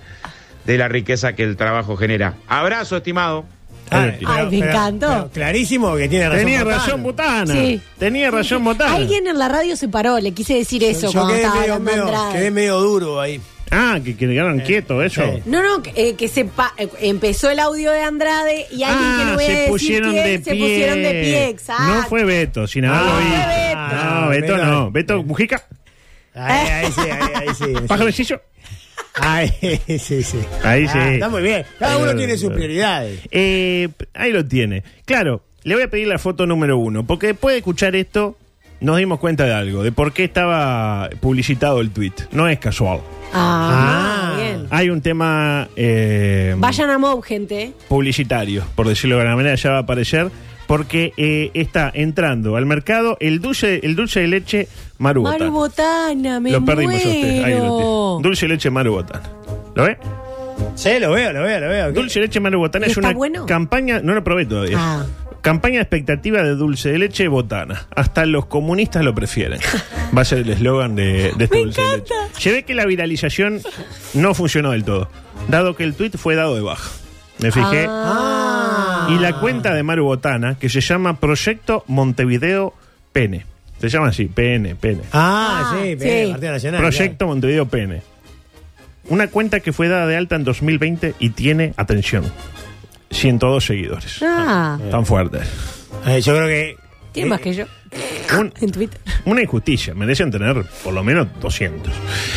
[SPEAKER 14] de la riqueza que el trabajo genera. Abrazo, estimado.
[SPEAKER 7] Ay, me encantó.
[SPEAKER 13] Ah, Clarísimo que tiene razón.
[SPEAKER 12] Tenía
[SPEAKER 13] Botana.
[SPEAKER 12] razón Botana.
[SPEAKER 7] Sí.
[SPEAKER 12] Tenía razón Botana.
[SPEAKER 7] Alguien en la radio se paró, le quise decir eso
[SPEAKER 13] Yo
[SPEAKER 7] cuando
[SPEAKER 13] quedé
[SPEAKER 7] estaba
[SPEAKER 13] medio,
[SPEAKER 7] hablando
[SPEAKER 13] medio-
[SPEAKER 7] Andrade.
[SPEAKER 13] quedé medio duro ahí.
[SPEAKER 12] Ah, que quedaron quietos, eso.
[SPEAKER 7] No, no, que, eh, que se pa- eh, empezó el audio de Andrade y alguien que no voy a
[SPEAKER 12] Ah, se
[SPEAKER 7] decir
[SPEAKER 12] pusieron
[SPEAKER 7] quién,
[SPEAKER 12] de
[SPEAKER 7] se
[SPEAKER 12] pie.
[SPEAKER 7] pusieron de pie, exacto.
[SPEAKER 12] No fue Beto, sin haberlo
[SPEAKER 7] No fue
[SPEAKER 12] visto. Ah,
[SPEAKER 7] Beto.
[SPEAKER 12] No, Beto no. Beto Mujica,
[SPEAKER 13] Ahí, ahí sí, ahí, ahí sí.
[SPEAKER 12] pájaro Sillo.
[SPEAKER 13] Ahí sí, sí.
[SPEAKER 12] Ahí
[SPEAKER 13] Ah,
[SPEAKER 12] sí.
[SPEAKER 13] Está muy bien. Cada uno tiene sus prioridades.
[SPEAKER 12] Eh, ahí lo tiene. Claro, le voy a pedir la foto número uno, porque después de escuchar esto, nos dimos cuenta de algo, de por qué estaba publicitado el tweet. No es casual.
[SPEAKER 7] Ah, bien.
[SPEAKER 12] Hay un tema eh,
[SPEAKER 7] Vayan a Mob, gente.
[SPEAKER 12] publicitario, por decirlo de alguna manera, ya va a aparecer, porque eh, está entrando al mercado el dulce, el dulce de leche Maru
[SPEAKER 7] Maru
[SPEAKER 12] Botana.
[SPEAKER 7] Botana, me
[SPEAKER 12] Lo perdimos a
[SPEAKER 7] muero.
[SPEAKER 12] usted. Ahí lo tiene. Dulce de leche Maru Botana. ¿Lo ve?
[SPEAKER 13] Sí, lo veo, lo veo, lo veo.
[SPEAKER 12] Dulce de leche Maru Botana
[SPEAKER 7] ¿Y
[SPEAKER 12] es
[SPEAKER 7] está
[SPEAKER 12] una
[SPEAKER 7] bueno?
[SPEAKER 12] campaña, no lo probé todavía.
[SPEAKER 7] Ah.
[SPEAKER 12] Campaña expectativa de dulce de leche botana. Hasta los comunistas
[SPEAKER 7] [laughs]
[SPEAKER 12] lo prefieren. Va a ser el eslogan de, de este dulce de leche. Se ve que la viralización no funcionó del todo, dado que el tuit fue dado de baja. Me fijé.
[SPEAKER 7] Ah.
[SPEAKER 12] Y
[SPEAKER 13] Ah.
[SPEAKER 12] la cuenta de Maru Botana, que se llama Proyecto Montevideo Pene. Se llama así, PN, PN.
[SPEAKER 7] Ah,
[SPEAKER 13] Ah, sí,
[SPEAKER 7] sí.
[SPEAKER 13] bien, Partido Nacional.
[SPEAKER 12] Proyecto Montevideo Pene. Una cuenta que fue dada de alta en 2020 y tiene, atención, 102 seguidores.
[SPEAKER 7] Ah,
[SPEAKER 12] Tan fuertes.
[SPEAKER 13] claro. Eh, yo creo que.
[SPEAKER 7] tiene más que yo.
[SPEAKER 12] Un-
[SPEAKER 7] [laughs] En Twitter.
[SPEAKER 12] una injusticia, merecen tener por lo menos 200.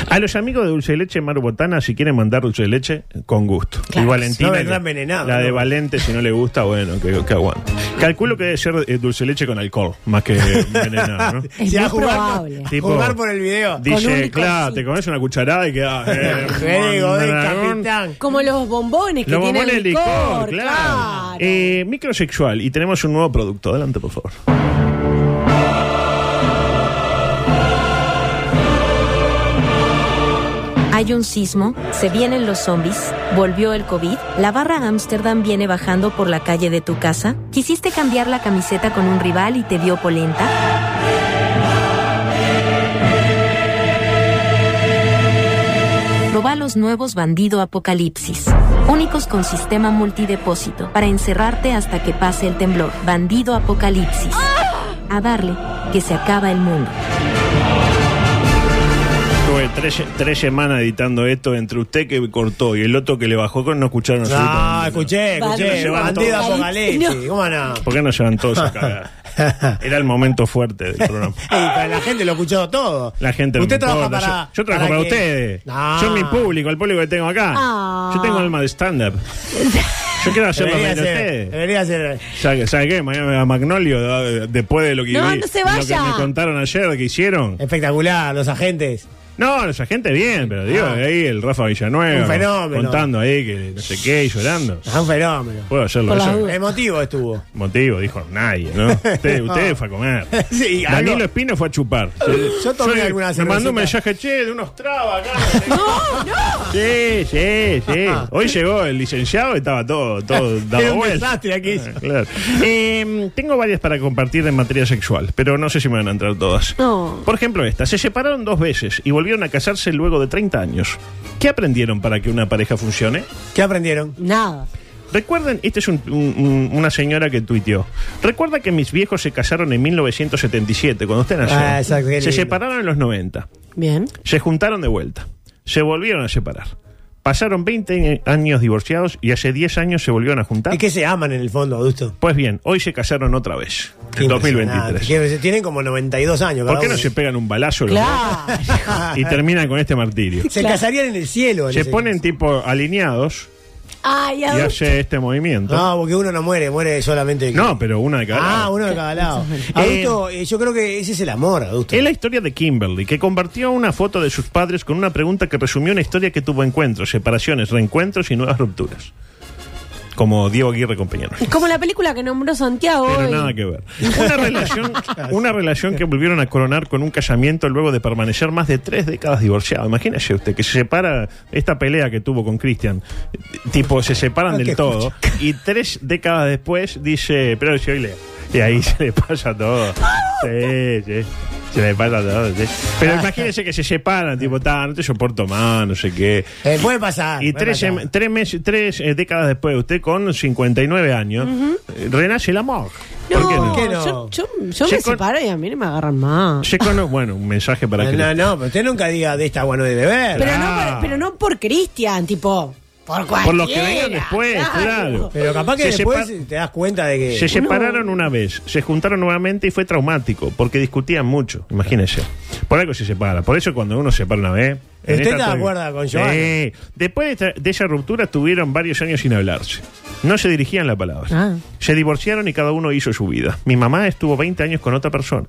[SPEAKER 12] A los amigos de Dulce de Leche Maru Botana, si quieren mandar dulce de leche, con gusto.
[SPEAKER 13] Claro,
[SPEAKER 12] y Valentina,
[SPEAKER 13] no
[SPEAKER 12] que-
[SPEAKER 13] vendrá envenenado,
[SPEAKER 12] la de
[SPEAKER 13] ¿no?
[SPEAKER 12] Valente, si no le gusta, bueno, que, que aguante. Calculo que debe ser eh, dulce de leche con alcohol, más que envenenado,
[SPEAKER 13] [laughs]
[SPEAKER 12] ¿no?
[SPEAKER 7] Es
[SPEAKER 13] Si va
[SPEAKER 7] muy
[SPEAKER 13] a jugar, no-
[SPEAKER 7] probable.
[SPEAKER 12] Tipo,
[SPEAKER 13] Jugar por el video.
[SPEAKER 7] Con un
[SPEAKER 12] Dice,
[SPEAKER 7] licorcito.
[SPEAKER 12] claro, te comes una cucharada y queda.
[SPEAKER 13] [laughs]
[SPEAKER 12] eh,
[SPEAKER 13] Juego de
[SPEAKER 12] mandarón".
[SPEAKER 13] capitán.
[SPEAKER 7] Como los bombones que
[SPEAKER 12] Los
[SPEAKER 7] tienen
[SPEAKER 12] bombones de
[SPEAKER 7] licor,
[SPEAKER 12] licor, claro. Eh, microsexual, y tenemos un nuevo producto. Adelante, por favor.
[SPEAKER 13] Ah,
[SPEAKER 18] Hay un sismo, se vienen los zombies, volvió el COVID, la barra Amsterdam viene bajando por la calle de tu casa, quisiste cambiar la camiseta con un rival y te dio polenta. Proba los nuevos Bandido Apocalipsis, únicos con sistema multidepósito, para encerrarte hasta que pase el temblor. Bandido Apocalipsis. A darle, que se acaba el mundo.
[SPEAKER 12] Estuve tres, tres semanas editando esto entre usted que cortó y el otro que le bajó, no escucharon
[SPEAKER 13] Ah,
[SPEAKER 12] absolutamente
[SPEAKER 13] escuché,
[SPEAKER 12] Bandido.
[SPEAKER 13] escuché.
[SPEAKER 12] Llevan
[SPEAKER 13] Bandido
[SPEAKER 12] todo.
[SPEAKER 13] apocalipsis. ¿Cómo no?
[SPEAKER 12] nada. [laughs] ¿Por qué no llevan todos a cagar?
[SPEAKER 13] [laughs]
[SPEAKER 12] Era el momento fuerte del programa.
[SPEAKER 13] Ey, pero la gente lo escuchó todo.
[SPEAKER 12] La gente no
[SPEAKER 13] Usted
[SPEAKER 12] me
[SPEAKER 13] trabaja
[SPEAKER 12] importa.
[SPEAKER 13] para-
[SPEAKER 12] Yo, yo trabajo
[SPEAKER 13] para
[SPEAKER 12] para,
[SPEAKER 13] que-
[SPEAKER 12] ustedes.
[SPEAKER 13] No.
[SPEAKER 12] Yo mi público, el público que tengo acá.
[SPEAKER 13] Ah.
[SPEAKER 12] Yo tengo alma
[SPEAKER 13] [laughs]
[SPEAKER 12] de stand-up. Yo quiero hacerlo
[SPEAKER 13] Debería
[SPEAKER 12] bien de
[SPEAKER 13] ser,
[SPEAKER 12] ustedes.
[SPEAKER 13] Debería ser.
[SPEAKER 12] ¿Sabe, sabe qué? Mañana me va a Magnolio, eh, después de lo que,
[SPEAKER 13] No,
[SPEAKER 12] vi-
[SPEAKER 13] no se
[SPEAKER 12] de lo que
[SPEAKER 13] vaya. Eh.
[SPEAKER 12] me contaron ayer que hicieron.
[SPEAKER 13] Espectacular, los agentes.
[SPEAKER 12] No, los agentes bien, pero digo,
[SPEAKER 13] Ah.
[SPEAKER 12] ahí el Rafa Villanueva.
[SPEAKER 13] Un fenómeno. Ah.
[SPEAKER 12] Contando ahí que no sé qué, y llorando.
[SPEAKER 13] Es un fenómeno.
[SPEAKER 12] Puedo hacerlo. eso.
[SPEAKER 13] Emotivo estuvo.
[SPEAKER 12] Motivo, dijo nadie, ¿no?
[SPEAKER 13] [laughs]
[SPEAKER 12] Usted, usted fue a comer.
[SPEAKER 13] Sí, algo-
[SPEAKER 12] Danilo Espino fue a chupar.
[SPEAKER 13] Yo tomé
[SPEAKER 12] le-
[SPEAKER 13] alguna
[SPEAKER 12] Me mandó
[SPEAKER 13] cervecita.
[SPEAKER 12] un mensaje, che, de unos trabas acá.
[SPEAKER 13] [laughs]
[SPEAKER 12] Sí, sí, sí. Hoy llegó el licenciado y estaba todo, todo
[SPEAKER 13] Era
[SPEAKER 12] dado
[SPEAKER 13] un
[SPEAKER 12] vuelta.
[SPEAKER 13] desastre aquello.
[SPEAKER 12] Claro. Eh, tengo varias para compartir en materia sexual, pero no sé si me van a entrar todas. Por ejemplo, esta. Se separaron dos veces y volvieron a casarse luego de 30 años. ¿Qué aprendieron para que una pareja funcione?
[SPEAKER 13] ¿Qué aprendieron?
[SPEAKER 7] Nada.
[SPEAKER 12] Recuerden, esta es un- un- un- una señora que tuiteó. Recuerda que mis viejos se casaron en 1977, cuando usted nació.
[SPEAKER 13] Ah, exacto, qué
[SPEAKER 12] se
[SPEAKER 13] lindo.
[SPEAKER 12] separaron en los 90.
[SPEAKER 7] Bien.
[SPEAKER 12] Se juntaron de vuelta. Se volvieron a separar. Pasaron 20 años divorciados y hace 10 años se volvieron a juntar.
[SPEAKER 13] Es que se aman en el fondo, Augusto.
[SPEAKER 12] Pues bien, hoy se casaron otra vez,
[SPEAKER 13] Qué
[SPEAKER 12] en
[SPEAKER 13] impresionante.
[SPEAKER 12] 2023.
[SPEAKER 13] Quiero decir, Tienen como 92 años.
[SPEAKER 12] ¿Por
[SPEAKER 13] cada
[SPEAKER 12] qué no
[SPEAKER 13] uno.
[SPEAKER 12] se pegan un balazo los dos y terminan con este
[SPEAKER 13] [laughs]
[SPEAKER 12] martirio?
[SPEAKER 13] [laughs] Se casarían en el cielo. en
[SPEAKER 12] Se
[SPEAKER 13] ese
[SPEAKER 12] ponen tipo alineados
[SPEAKER 7] Ay,
[SPEAKER 12] y hace este movimiento.
[SPEAKER 13] No, porque uno no muere, muere solamente.
[SPEAKER 12] No, pero una de cada lado.
[SPEAKER 13] Ah, uno de cada lado. Adulto, eh, yo creo que ese es el amor, adulto.
[SPEAKER 12] Es la historia de Kimberly, que compartió una foto de sus padres con una pregunta que resumió una historia que tuvo encuentros, separaciones, reencuentros y nuevas rupturas. Como Diego Aguirre compañero.
[SPEAKER 7] Es como la película que nombró Santiago
[SPEAKER 12] Pero
[SPEAKER 7] hoy.
[SPEAKER 12] nada que ver.
[SPEAKER 13] [laughs]
[SPEAKER 12] Una relación, una relación que volvieron a coronar con un casamiento luego de permanecer más de tres décadas divorciado. Imagínese usted que se separa esta pelea que tuvo con Cristian. Tipo, se separan
[SPEAKER 13] Ah,
[SPEAKER 12] del
[SPEAKER 13] qué
[SPEAKER 12] todo. Y tres décadas después dice, pero si hoy le. Y ahí se le pasa todo. Sí, sí. Se le pasa todo. sí. Pero
[SPEAKER 13] Ah.
[SPEAKER 12] imagínese que se separan, tipo, "Ta, no te soporto más, no sé qué.
[SPEAKER 13] Eh, puede pasar.
[SPEAKER 12] Y
[SPEAKER 13] puede
[SPEAKER 12] tres,
[SPEAKER 13] pasar.
[SPEAKER 12] em- tres, meses- tres eh, décadas después, usted con 59 años, eh, renace el amor. ¿Por qué no?
[SPEAKER 7] No, Yo, yo, yo
[SPEAKER 12] Che,
[SPEAKER 7] me
[SPEAKER 12] con-
[SPEAKER 7] separo y a mí no me agarran más.
[SPEAKER 12] Che, cono- bueno, un mensaje para
[SPEAKER 13] No,
[SPEAKER 12] que...
[SPEAKER 13] no, no, pero usted nunca diga de esta agua no de beber.
[SPEAKER 7] Pero no, por, pero no por Cristian, tipo. Por cualquiera.
[SPEAKER 12] Ah. Por lo que vengan después, claro.
[SPEAKER 13] Pero capaz que
[SPEAKER 12] Se
[SPEAKER 13] después
[SPEAKER 12] separ-
[SPEAKER 13] te das cuenta de que. este
[SPEAKER 12] Se separaron una vez, se juntaron nuevamente y fue traumático, porque discutían mucho, imagínense. Por algo se separa, por eso cuando uno se separa una vez... en
[SPEAKER 13] ¿Usted
[SPEAKER 12] esta
[SPEAKER 13] está de
[SPEAKER 12] estoy-
[SPEAKER 13] acuerdo con Giovanni?
[SPEAKER 12] Sí. Después de, esta- de esa ruptura tuvieron varios años sin hablarse. No se dirigían la palabra. Se divorciaron y cada uno hizo su vida. Mi mamá estuvo 20 años con otra persona.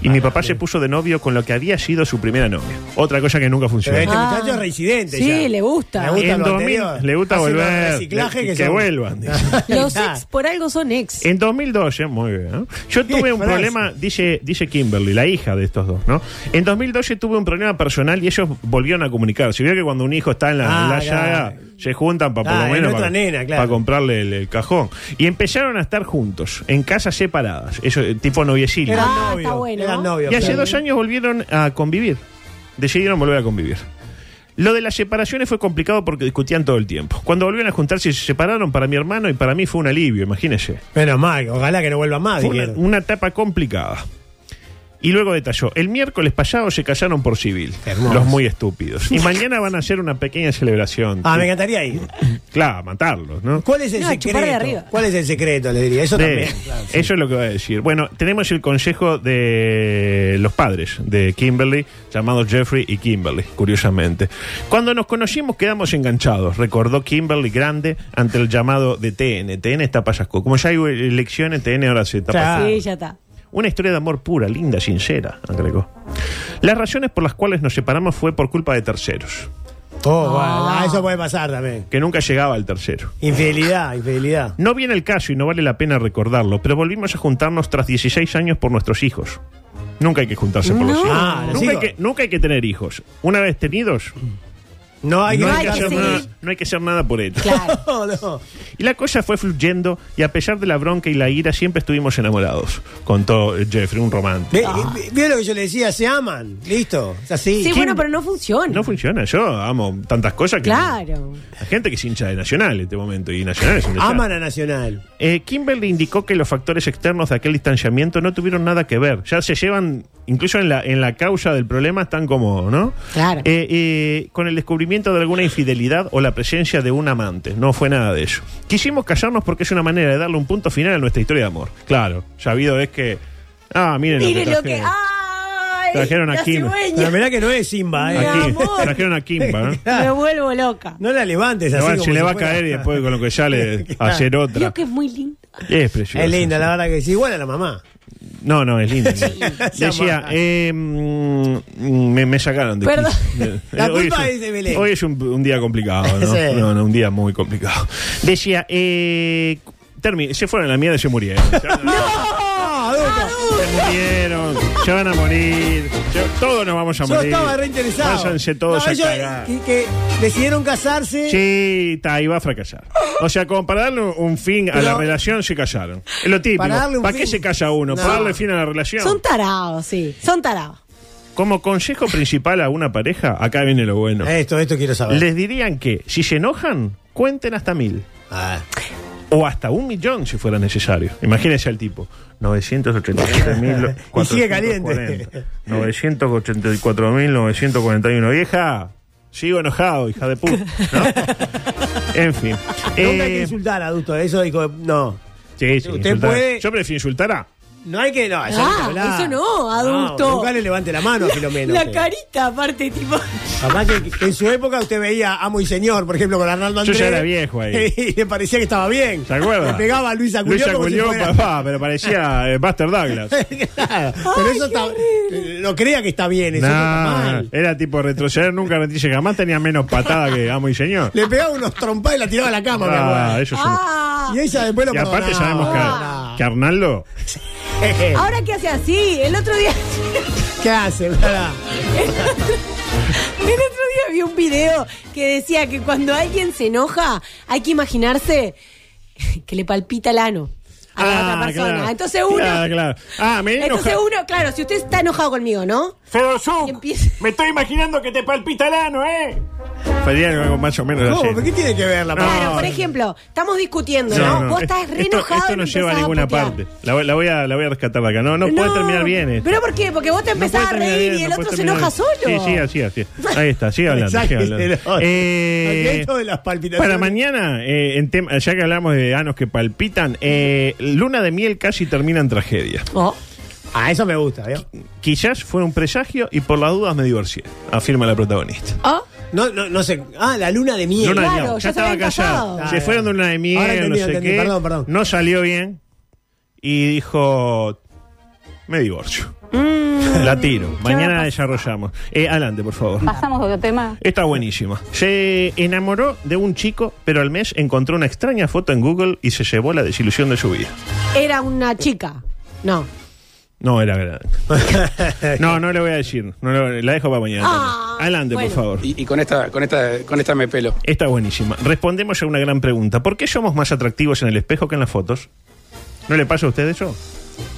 [SPEAKER 12] Y mi papá se puso de novio con lo que había sido su primera novia. Otra cosa que nunca
[SPEAKER 13] Pero
[SPEAKER 12] funcionó.
[SPEAKER 13] este
[SPEAKER 7] Ah.
[SPEAKER 13] muchacho es reincidente.
[SPEAKER 7] Sí,
[SPEAKER 13] ya.
[SPEAKER 7] le gusta.
[SPEAKER 13] Le gusta
[SPEAKER 12] en
[SPEAKER 13] lo
[SPEAKER 12] 2000
[SPEAKER 13] anterior.
[SPEAKER 12] le gusta
[SPEAKER 13] Hace unos
[SPEAKER 12] volver.
[SPEAKER 13] reciclajes
[SPEAKER 12] le-
[SPEAKER 13] que
[SPEAKER 12] que
[SPEAKER 13] son- [laughs]
[SPEAKER 12] vuelvan. dice.
[SPEAKER 7] Los ex por algo son ex.
[SPEAKER 12] En 2012, muy bien. ¿no? Yo tuve un
[SPEAKER 7] frase.
[SPEAKER 12] problema, dice, dice Kimberly, la hija de estos dos, ¿no? En 2012 tuve un problema personal y ellos volvieron a comunicarse. Vio que cuando un hijo está en la,
[SPEAKER 13] Ah,
[SPEAKER 12] en la
[SPEAKER 13] claro.
[SPEAKER 12] llaga, se juntan para
[SPEAKER 13] Ah,
[SPEAKER 12] por
[SPEAKER 13] es
[SPEAKER 12] lo menos
[SPEAKER 13] otra
[SPEAKER 12] para,
[SPEAKER 13] nena, claro.
[SPEAKER 12] para comprarle el, el cajón. Y empezaron a estar juntos, en casas separadas, eso, eh, tipo noviecillo.
[SPEAKER 13] Eran
[SPEAKER 7] Ah,
[SPEAKER 13] novios.
[SPEAKER 7] está bueno.
[SPEAKER 13] Eran novios.
[SPEAKER 12] Y hace
[SPEAKER 13] claro.
[SPEAKER 12] dos años volvieron a convivir. Decidieron volver a convivir. Lo de las separaciones fue complicado porque discutían todo el tiempo. Cuando volvieron a juntarse y se separaron, para mi hermano y para mí fue un alivio, imagínese.
[SPEAKER 13] Menos mal, ojalá que no vuelva más.
[SPEAKER 12] Fue una,
[SPEAKER 13] Ah, dijeron.
[SPEAKER 12] una etapa complicada. Y luego detalló, el miércoles pasado se casaron por civil,
[SPEAKER 13] hermoso.
[SPEAKER 12] los muy estúpidos.
[SPEAKER 13] [laughs]
[SPEAKER 12] Y mañana van a hacer una pequeña celebración.
[SPEAKER 13] Ah, me encantaría ir.
[SPEAKER 12] Claro, matarlos, ¿no?
[SPEAKER 13] ¿Cuál es el
[SPEAKER 7] No, chupar de arriba.
[SPEAKER 13] secreto? ¿Cuál es el secreto? Le diría. Eso
[SPEAKER 12] Sí,
[SPEAKER 13] también.
[SPEAKER 12] Eso es lo que voy a decir. Bueno, tenemos el consejo de los padres de Kimberly, llamados Jeffrey y Kimberly, curiosamente. Cuando nos conocimos quedamos enganchados, recordó Kimberly Grande ante el llamado de TN. TN está payasco. Como ya hay elecciones, TN ahora se está pasando.
[SPEAKER 7] Sí, ya está.
[SPEAKER 12] Una historia de amor pura, linda, sincera, agregó. Las razones por las cuales nos separamos fue por culpa de terceros,
[SPEAKER 13] Oh, bueno, ah, eso puede pasar también.
[SPEAKER 12] que nunca llegaba al tercero.
[SPEAKER 13] Infidelidad, infidelidad.
[SPEAKER 12] No viene el caso y no vale la pena recordarlo, pero volvimos a juntarnos tras 16 años por nuestros hijos. Nunca hay que juntarse por los
[SPEAKER 13] No.
[SPEAKER 12] hijos.
[SPEAKER 13] Ah, los
[SPEAKER 12] nunca, hay
[SPEAKER 13] hijos.
[SPEAKER 12] que, nunca hay que tener hijos. Una vez tenidos,
[SPEAKER 13] No hay,
[SPEAKER 12] no, hay que
[SPEAKER 13] que
[SPEAKER 12] hacer
[SPEAKER 13] seguir.
[SPEAKER 12] nada, no hay que hacer nada por ello. [laughs]
[SPEAKER 13] [laughs] No, no.
[SPEAKER 12] Y la cosa fue fluyendo y a pesar de la bronca y la ira siempre estuvimos enamorados, contó Jeffrey, un romántico.
[SPEAKER 13] Ve- ve- ¿Vieron lo que yo le decía? Se aman. Listo. Es así.
[SPEAKER 7] Ah. Sí, bueno, pero no funciona.
[SPEAKER 12] No funciona, yo amo tantas cosas que...
[SPEAKER 7] Claro.
[SPEAKER 12] La gente que es hincha de Nacional en este momento y Nacional es un desastre.
[SPEAKER 13] Aman a Nacional.
[SPEAKER 12] Eh, Kimberly indicó que los factores externos de aquel distanciamiento no tuvieron nada que ver. Ya se llevan, incluso en la, en la causa del problema, están como, ¿no?
[SPEAKER 7] Claro.
[SPEAKER 12] Eh, eh, con el descubrimiento de alguna infidelidad o la presencia de un amante. No fue nada de eso. Quisimos callarnos porque es una manera de darle un punto final a nuestra historia de amor. Claro, ya habido es que. Ah, miren,
[SPEAKER 7] Miren lo
[SPEAKER 12] trajeron.
[SPEAKER 7] que. ¡Ay!
[SPEAKER 12] Trajeron a
[SPEAKER 7] la
[SPEAKER 12] Kim.
[SPEAKER 13] Pero
[SPEAKER 7] cigüeña.
[SPEAKER 13] mirá que no es Simba, ¿eh?
[SPEAKER 12] Aquí, trajeron a Ah,
[SPEAKER 7] [laughs]
[SPEAKER 13] [laughs]
[SPEAKER 12] Kimba. ¿eh?
[SPEAKER 7] Me vuelvo loca.
[SPEAKER 13] No la levantes así.
[SPEAKER 12] Le va-
[SPEAKER 13] como
[SPEAKER 12] se le
[SPEAKER 13] si
[SPEAKER 12] va a
[SPEAKER 13] fuera-
[SPEAKER 12] caer y después con lo que
[SPEAKER 7] [laughs]
[SPEAKER 13] [laughs]
[SPEAKER 12] ya le hacer
[SPEAKER 7] Creo
[SPEAKER 12] otra.
[SPEAKER 7] que es muy lindo.
[SPEAKER 12] Es precioso.
[SPEAKER 13] Es linda, la verdad que sí. Igual a la mamá.
[SPEAKER 12] No, no,
[SPEAKER 13] [laughs]
[SPEAKER 12] es lindo. Decía,
[SPEAKER 13] amaba.
[SPEAKER 12] eh, mm, me, me sacaron [laughs] de
[SPEAKER 7] Perdón.
[SPEAKER 12] aquí. Eh,
[SPEAKER 13] La
[SPEAKER 12] hoy
[SPEAKER 13] culpa
[SPEAKER 12] un-
[SPEAKER 13] es de Belén.
[SPEAKER 12] Hoy es un, un día complicado, ¿no?
[SPEAKER 13] Sí.
[SPEAKER 12] No, no, un día muy complicado. Decía, eh, termi- se fueron a la mierda eh. y se murieron. Se van a-
[SPEAKER 13] ¡No! adulto.
[SPEAKER 12] se [laughs] murieron, se van a morir. se- todos nos vamos a
[SPEAKER 13] Yo
[SPEAKER 12] morir.
[SPEAKER 13] estaba reinteresado.
[SPEAKER 12] Váyanse todos
[SPEAKER 13] No,
[SPEAKER 12] a
[SPEAKER 13] ellos
[SPEAKER 12] cagar.
[SPEAKER 13] que, que decidieron casarse.
[SPEAKER 12] Sí, está, y va a fracasar. O sea, como para darle un- un fin a
[SPEAKER 13] Pero-
[SPEAKER 12] la relación, se callaron. Es lo típico.
[SPEAKER 13] Para darle
[SPEAKER 12] ¿Para,
[SPEAKER 13] un
[SPEAKER 12] qué
[SPEAKER 13] fin.
[SPEAKER 12] se calla uno?
[SPEAKER 13] No.
[SPEAKER 12] ¿Para darle fin a la relación?
[SPEAKER 7] Son tarados, sí. Son tarados.
[SPEAKER 12] Como consejo principal a una pareja, acá viene lo bueno.
[SPEAKER 13] Esto, esto quiero saber.
[SPEAKER 12] Les dirían que si se enojan, cuenten hasta mil.
[SPEAKER 13] Ah.
[SPEAKER 12] O hasta un millón si fuera necesario. Imagínense al tipo. 987.440.
[SPEAKER 13] [laughs] Y sigue caliente.
[SPEAKER 12] 984.941. Vieja, sigo enojado, hija de
[SPEAKER 13] [laughs]
[SPEAKER 12] puta. ¿no? en fin.
[SPEAKER 13] Nunca hay que
[SPEAKER 12] Eh,
[SPEAKER 13] insultar, adulto. Eso digo, no.
[SPEAKER 12] sí, sí,
[SPEAKER 13] Usted
[SPEAKER 12] insultar.
[SPEAKER 13] puede-
[SPEAKER 12] Yo prefiero insultar a.
[SPEAKER 13] No hay que. No, eso,
[SPEAKER 7] Ah,
[SPEAKER 13] hay que hablar.
[SPEAKER 7] eso no, adulto.
[SPEAKER 13] nunca le levante la mano a Filomeno.
[SPEAKER 7] la
[SPEAKER 13] usted.
[SPEAKER 7] carita, aparte, tipo.
[SPEAKER 13] Capaz que, que en su época usted veía Amo y Señor, por ejemplo, con Arnaldo
[SPEAKER 12] Yo
[SPEAKER 13] Andrés.
[SPEAKER 12] ya era viejo ahí.
[SPEAKER 13] [laughs] Y le parecía que estaba bien.
[SPEAKER 12] ¿Se acuerda?
[SPEAKER 13] Le pegaba a Luis Aculió como si
[SPEAKER 12] Aculió,
[SPEAKER 13] fuera-
[SPEAKER 12] papá, pero parecía eh, Buster Douglas.
[SPEAKER 13] [laughs] Claro, Pero eso está. No crea que está bien, eso
[SPEAKER 12] No,
[SPEAKER 13] está mal.
[SPEAKER 12] era tipo retroceder, nunca retroceder, jamás tenía menos patada que amo y señor.
[SPEAKER 13] Le pegaba unos trompadas y la tiraba a la cama, mi
[SPEAKER 12] Ah,
[SPEAKER 13] abuela.
[SPEAKER 12] eso es un-
[SPEAKER 13] Y ella después lo
[SPEAKER 12] Y aparte sabemos que, que Arnaldo,
[SPEAKER 13] que.
[SPEAKER 7] Ahora que hace así. El otro día.
[SPEAKER 13] ¿Qué hace? Pará.
[SPEAKER 7] [laughs] El otro día vi un video que decía que cuando alguien se enoja, hay que imaginarse que le palpita el ano a la otra persona.
[SPEAKER 12] Ah, claro.
[SPEAKER 7] Entonces uno.
[SPEAKER 12] Claro, claro. Ah, me
[SPEAKER 7] Entonces
[SPEAKER 12] enoja.
[SPEAKER 7] uno, claro, si usted está enojado conmigo, ¿no?
[SPEAKER 12] Fedosuk,
[SPEAKER 7] Y empieza-
[SPEAKER 12] me estoy imaginando que te palpita el ano, ¿eh? Sería algo más o menos
[SPEAKER 7] Oh,
[SPEAKER 13] ¿Cómo?
[SPEAKER 12] así.
[SPEAKER 13] ¿Pero ¿Qué tiene que ver la
[SPEAKER 12] No.
[SPEAKER 13] palabra?
[SPEAKER 7] Claro, por ejemplo, estamos discutiendo,
[SPEAKER 12] No,
[SPEAKER 7] ¿no?
[SPEAKER 12] no,
[SPEAKER 7] Vos
[SPEAKER 12] es-
[SPEAKER 7] estás re
[SPEAKER 12] esto,
[SPEAKER 7] enojado
[SPEAKER 12] esto
[SPEAKER 7] y
[SPEAKER 12] no
[SPEAKER 7] me
[SPEAKER 12] lleva a
[SPEAKER 7] empezás
[SPEAKER 12] ninguna
[SPEAKER 7] putear.
[SPEAKER 12] parte. La, voy- la voy a, la voy a rescatar de acá. No, no, puede terminar bien esto.
[SPEAKER 7] ¿Pero por qué? Porque vos te
[SPEAKER 12] No
[SPEAKER 7] empezás a
[SPEAKER 12] puede terminar
[SPEAKER 7] reír
[SPEAKER 12] bien,
[SPEAKER 7] y el
[SPEAKER 12] no
[SPEAKER 7] otro
[SPEAKER 12] puede
[SPEAKER 7] se
[SPEAKER 12] terminar
[SPEAKER 7] enoja solo.
[SPEAKER 12] bien. Sí, sí, así, así. Ahí está,
[SPEAKER 7] [laughs]
[SPEAKER 12] sigue hablando. sigue
[SPEAKER 13] Sáquese
[SPEAKER 12] hablando.
[SPEAKER 13] el otro.
[SPEAKER 12] Eh,
[SPEAKER 13] Aquí esto de las palpitaciones.
[SPEAKER 12] para mañana, eh, en tema- ya que hablamos de anos que palpitan, eh, luna de miel casi termina en tragedia.
[SPEAKER 7] Oh,
[SPEAKER 13] Ah, eso me gusta, ¿vio?
[SPEAKER 12] Quizás fue un presagio y por las dudas me divorcié, afirma la protagonista.
[SPEAKER 7] oh,
[SPEAKER 13] No, no, no sé. Ah, la luna de miel.
[SPEAKER 12] Luna de
[SPEAKER 7] claro,
[SPEAKER 12] miel.
[SPEAKER 7] ya
[SPEAKER 12] ya
[SPEAKER 7] se
[SPEAKER 12] estaba
[SPEAKER 7] habían
[SPEAKER 12] callado.
[SPEAKER 7] casado.
[SPEAKER 12] Se fueron de luna de miel,
[SPEAKER 13] Ahora entendí,
[SPEAKER 12] no sé
[SPEAKER 13] entendí,
[SPEAKER 12] qué.
[SPEAKER 13] perdón, perdón.
[SPEAKER 12] No salió bien y dijo, me divorcio.
[SPEAKER 15] Mm.
[SPEAKER 12] La tiro. Mañana la desarrollamos. Eh, adelante, por favor.
[SPEAKER 15] Pasamos a otro tema.
[SPEAKER 12] Está buenísima. Se enamoró de un chico, pero al mes encontró una extraña foto en Google y se llevó la desilusión de su vida.
[SPEAKER 7] era una chica. No.
[SPEAKER 12] No, era verdad. [laughs] No, no le voy a decir. No lo- la dejo para mañana.
[SPEAKER 7] Ah,
[SPEAKER 12] Adelante,
[SPEAKER 7] bueno.
[SPEAKER 12] por favor.
[SPEAKER 19] Y, y con esta, con esta, con esta me pelo.
[SPEAKER 12] Está buenísima. Respondemos a una gran pregunta. ¿Por qué somos más atractivos en el espejo que en las fotos? ¿No le pasa a usted eso?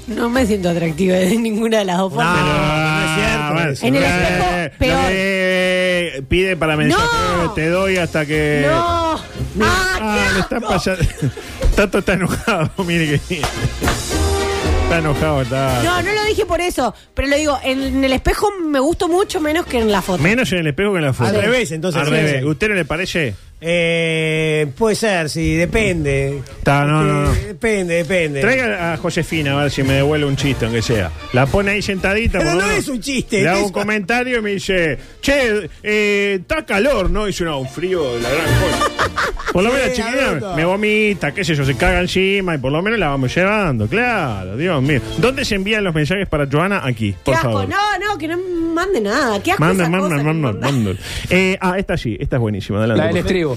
[SPEAKER 7] No me siento atractiva de ninguna de las dos
[SPEAKER 13] No,
[SPEAKER 7] formas.
[SPEAKER 12] Ah,
[SPEAKER 13] no es cierto.
[SPEAKER 7] En el espejo, peor.
[SPEAKER 12] eh, pide para mensaje, eh,
[SPEAKER 7] No.
[SPEAKER 12] te doy hasta que...
[SPEAKER 7] No.
[SPEAKER 12] Mira,
[SPEAKER 7] Ah,
[SPEAKER 12] Eh, ah,
[SPEAKER 7] qué
[SPEAKER 12] le está
[SPEAKER 7] asco.
[SPEAKER 12] pasando. [laughs] Tato está enojado, [laughs] mire que. Está enojado, está.
[SPEAKER 7] No, no lo dije por eso, pero lo digo, en, en el espejo me gusto mucho menos que en la foto.
[SPEAKER 12] Menos en el espejo que en la foto.
[SPEAKER 13] Al revés, entonces,
[SPEAKER 12] Al
[SPEAKER 13] sí,
[SPEAKER 12] revés.
[SPEAKER 13] sí.
[SPEAKER 12] ¿Usted no le parece?
[SPEAKER 13] [laughs] Eh, puede ser, sí, depende.
[SPEAKER 12] Está, no, no, no.
[SPEAKER 13] Eh, Depende, depende.
[SPEAKER 12] Traiga a Josefina a ver si me devuelve un chiste, aunque sea. La pone ahí sentadita.
[SPEAKER 13] Pero
[SPEAKER 12] por lo
[SPEAKER 13] no
[SPEAKER 12] menos.
[SPEAKER 13] es un chiste,
[SPEAKER 12] Le hago
[SPEAKER 13] es-
[SPEAKER 12] un comentario y me dice, che, eh, está calor, ¿no? Dice, no, un frío de la gran cosa.
[SPEAKER 13] [laughs]
[SPEAKER 12] Por lo
[SPEAKER 13] Sí,
[SPEAKER 12] menos la chiquilina
[SPEAKER 13] adulto.
[SPEAKER 12] me vomita, qué sé yo, se caga encima y por lo menos la vamos llevando, claro, Dios mío. ¿Dónde se envían los mensajes para Joana? Aquí,
[SPEAKER 7] Qué
[SPEAKER 12] por
[SPEAKER 7] asco.
[SPEAKER 12] favor.
[SPEAKER 7] No, no, que no mande nada. Qué asco
[SPEAKER 12] Manda,
[SPEAKER 7] esa
[SPEAKER 12] manda,
[SPEAKER 7] cosa que
[SPEAKER 12] manda,
[SPEAKER 7] manda.
[SPEAKER 12] manda. Eh, ah, esta sí, esta es buenísima. Adelante,
[SPEAKER 19] La del
[SPEAKER 12] por
[SPEAKER 19] estribo.
[SPEAKER 12] favor.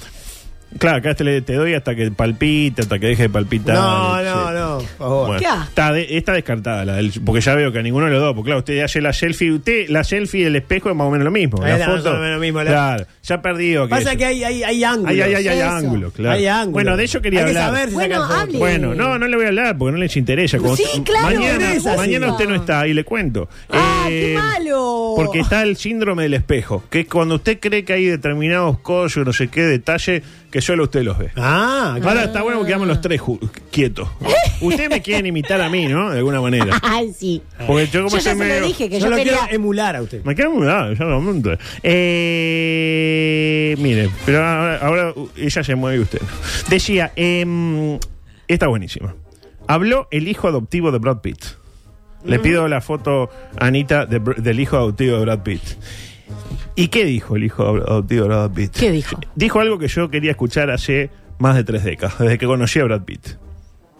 [SPEAKER 12] Claro, acá te, le- te doy hasta que palpite, hasta que deje de palpitar.
[SPEAKER 13] No,
[SPEAKER 12] sí.
[SPEAKER 13] no, no, por favor.
[SPEAKER 12] Bueno,
[SPEAKER 13] ¿Qué haces?
[SPEAKER 12] está, de- está descartada la del- porque ya veo que a ninguno de los dos, porque claro, usted hace la selfie, usted, la selfie y el espejo es más o menos lo mismo.
[SPEAKER 13] Es
[SPEAKER 12] la
[SPEAKER 13] la- más
[SPEAKER 12] foto,
[SPEAKER 13] o menos lo mismo, la-
[SPEAKER 12] Claro, ya perdido.
[SPEAKER 13] Pasa
[SPEAKER 12] eso.
[SPEAKER 13] que hay, hay, hay ángulos.
[SPEAKER 12] Hay, hay, hay, hay
[SPEAKER 13] Eso.
[SPEAKER 12] ángulos, claro.
[SPEAKER 13] Hay ángulos.
[SPEAKER 12] Bueno, de eso
[SPEAKER 13] Hay
[SPEAKER 12] quería
[SPEAKER 13] que
[SPEAKER 12] hablar.
[SPEAKER 13] saber si
[SPEAKER 12] bueno,
[SPEAKER 13] sacar fotos.
[SPEAKER 12] Bueno, no, no le voy a hablar porque no les interesa. Como-
[SPEAKER 13] Sí, Ah, claro,
[SPEAKER 12] Mañana,
[SPEAKER 13] es así.
[SPEAKER 12] mañana usted no está y le cuento. Eh,
[SPEAKER 7] malo!
[SPEAKER 12] porque está el síndrome del espejo, que es cuando usted cree que hay determinados cosas, no sé qué, detalle, que solo usted los ve.
[SPEAKER 13] Ah,
[SPEAKER 12] Ahora está bueno que quedamos los tres ju-
[SPEAKER 7] [laughs]
[SPEAKER 12] quietos. Ustedes me quieren imitar a mí, ¿no? De alguna manera.
[SPEAKER 7] [laughs] Ay, sí.
[SPEAKER 12] Porque yo
[SPEAKER 7] Yo
[SPEAKER 12] como
[SPEAKER 7] ya
[SPEAKER 12] soy
[SPEAKER 7] se lo
[SPEAKER 12] medio-
[SPEAKER 7] dije, que Yo yo lo quería- quiero
[SPEAKER 13] emular a usted.
[SPEAKER 12] Me quiero emular, yo lo monto. Eh, mire, pero ahora, ahora, uh, ella se mueve y usted. no. Decía, em, está buenísima. Habló el hijo adoptivo de Brad Pitt. Le pido la foto, Anita, de Br- del hijo adoptivo de Brad Pitt. ¿Y qué dijo el hijo adoptivo de Brad Pitt?
[SPEAKER 7] ¿Qué dijo?
[SPEAKER 12] Dijo algo que yo quería escuchar hace más de tres décadas, desde que conocí a Brad Pitt.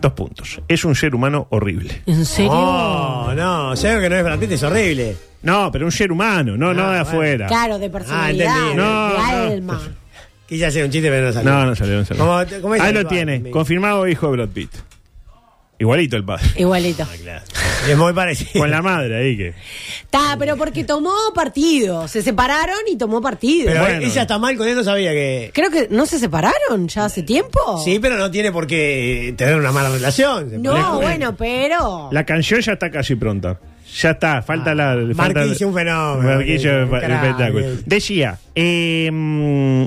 [SPEAKER 12] Dos puntos. Es un ser humano horrible.
[SPEAKER 7] ¿En serio?
[SPEAKER 13] No, no, sé que no es Brad Pitt, es horrible.
[SPEAKER 12] No, pero un ser humano, no, no de afuera.
[SPEAKER 7] Claro, de personalidad,
[SPEAKER 13] Ah, entendí. No,
[SPEAKER 7] de
[SPEAKER 13] no.
[SPEAKER 7] alma.
[SPEAKER 13] Quise hacer un chiste, pero no salió.
[SPEAKER 12] No, no salió, no salió.
[SPEAKER 13] ¿Cómo- cómo es
[SPEAKER 12] Ahí
[SPEAKER 13] el
[SPEAKER 12] lo
[SPEAKER 13] padre?
[SPEAKER 12] tiene,
[SPEAKER 13] Me-
[SPEAKER 12] confirmado hijo de Brad Pitt. Igualito
[SPEAKER 13] [laughs]
[SPEAKER 12] el padre.
[SPEAKER 7] Igualito.
[SPEAKER 13] Es muy parecido.
[SPEAKER 12] Con la madre ahí que.
[SPEAKER 7] Está, pero porque tomó partido. Se separaron y tomó partido.
[SPEAKER 13] Pero ella está mal con él, no sabía que.
[SPEAKER 7] Creo que no se separaron ya hace tiempo.
[SPEAKER 13] Sí, pero no tiene por qué tener una mala relación. se
[SPEAKER 7] No,
[SPEAKER 13] puede-
[SPEAKER 7] bueno, pero.
[SPEAKER 12] La canción ya está casi pronta. Ya está, falta la. falta-
[SPEAKER 13] Marquillo, Ah. un fenómeno.
[SPEAKER 12] Marquillo,
[SPEAKER 13] Marquillo,
[SPEAKER 12] el fa- el
[SPEAKER 13] crack.
[SPEAKER 12] espectáculo. Decía, eh,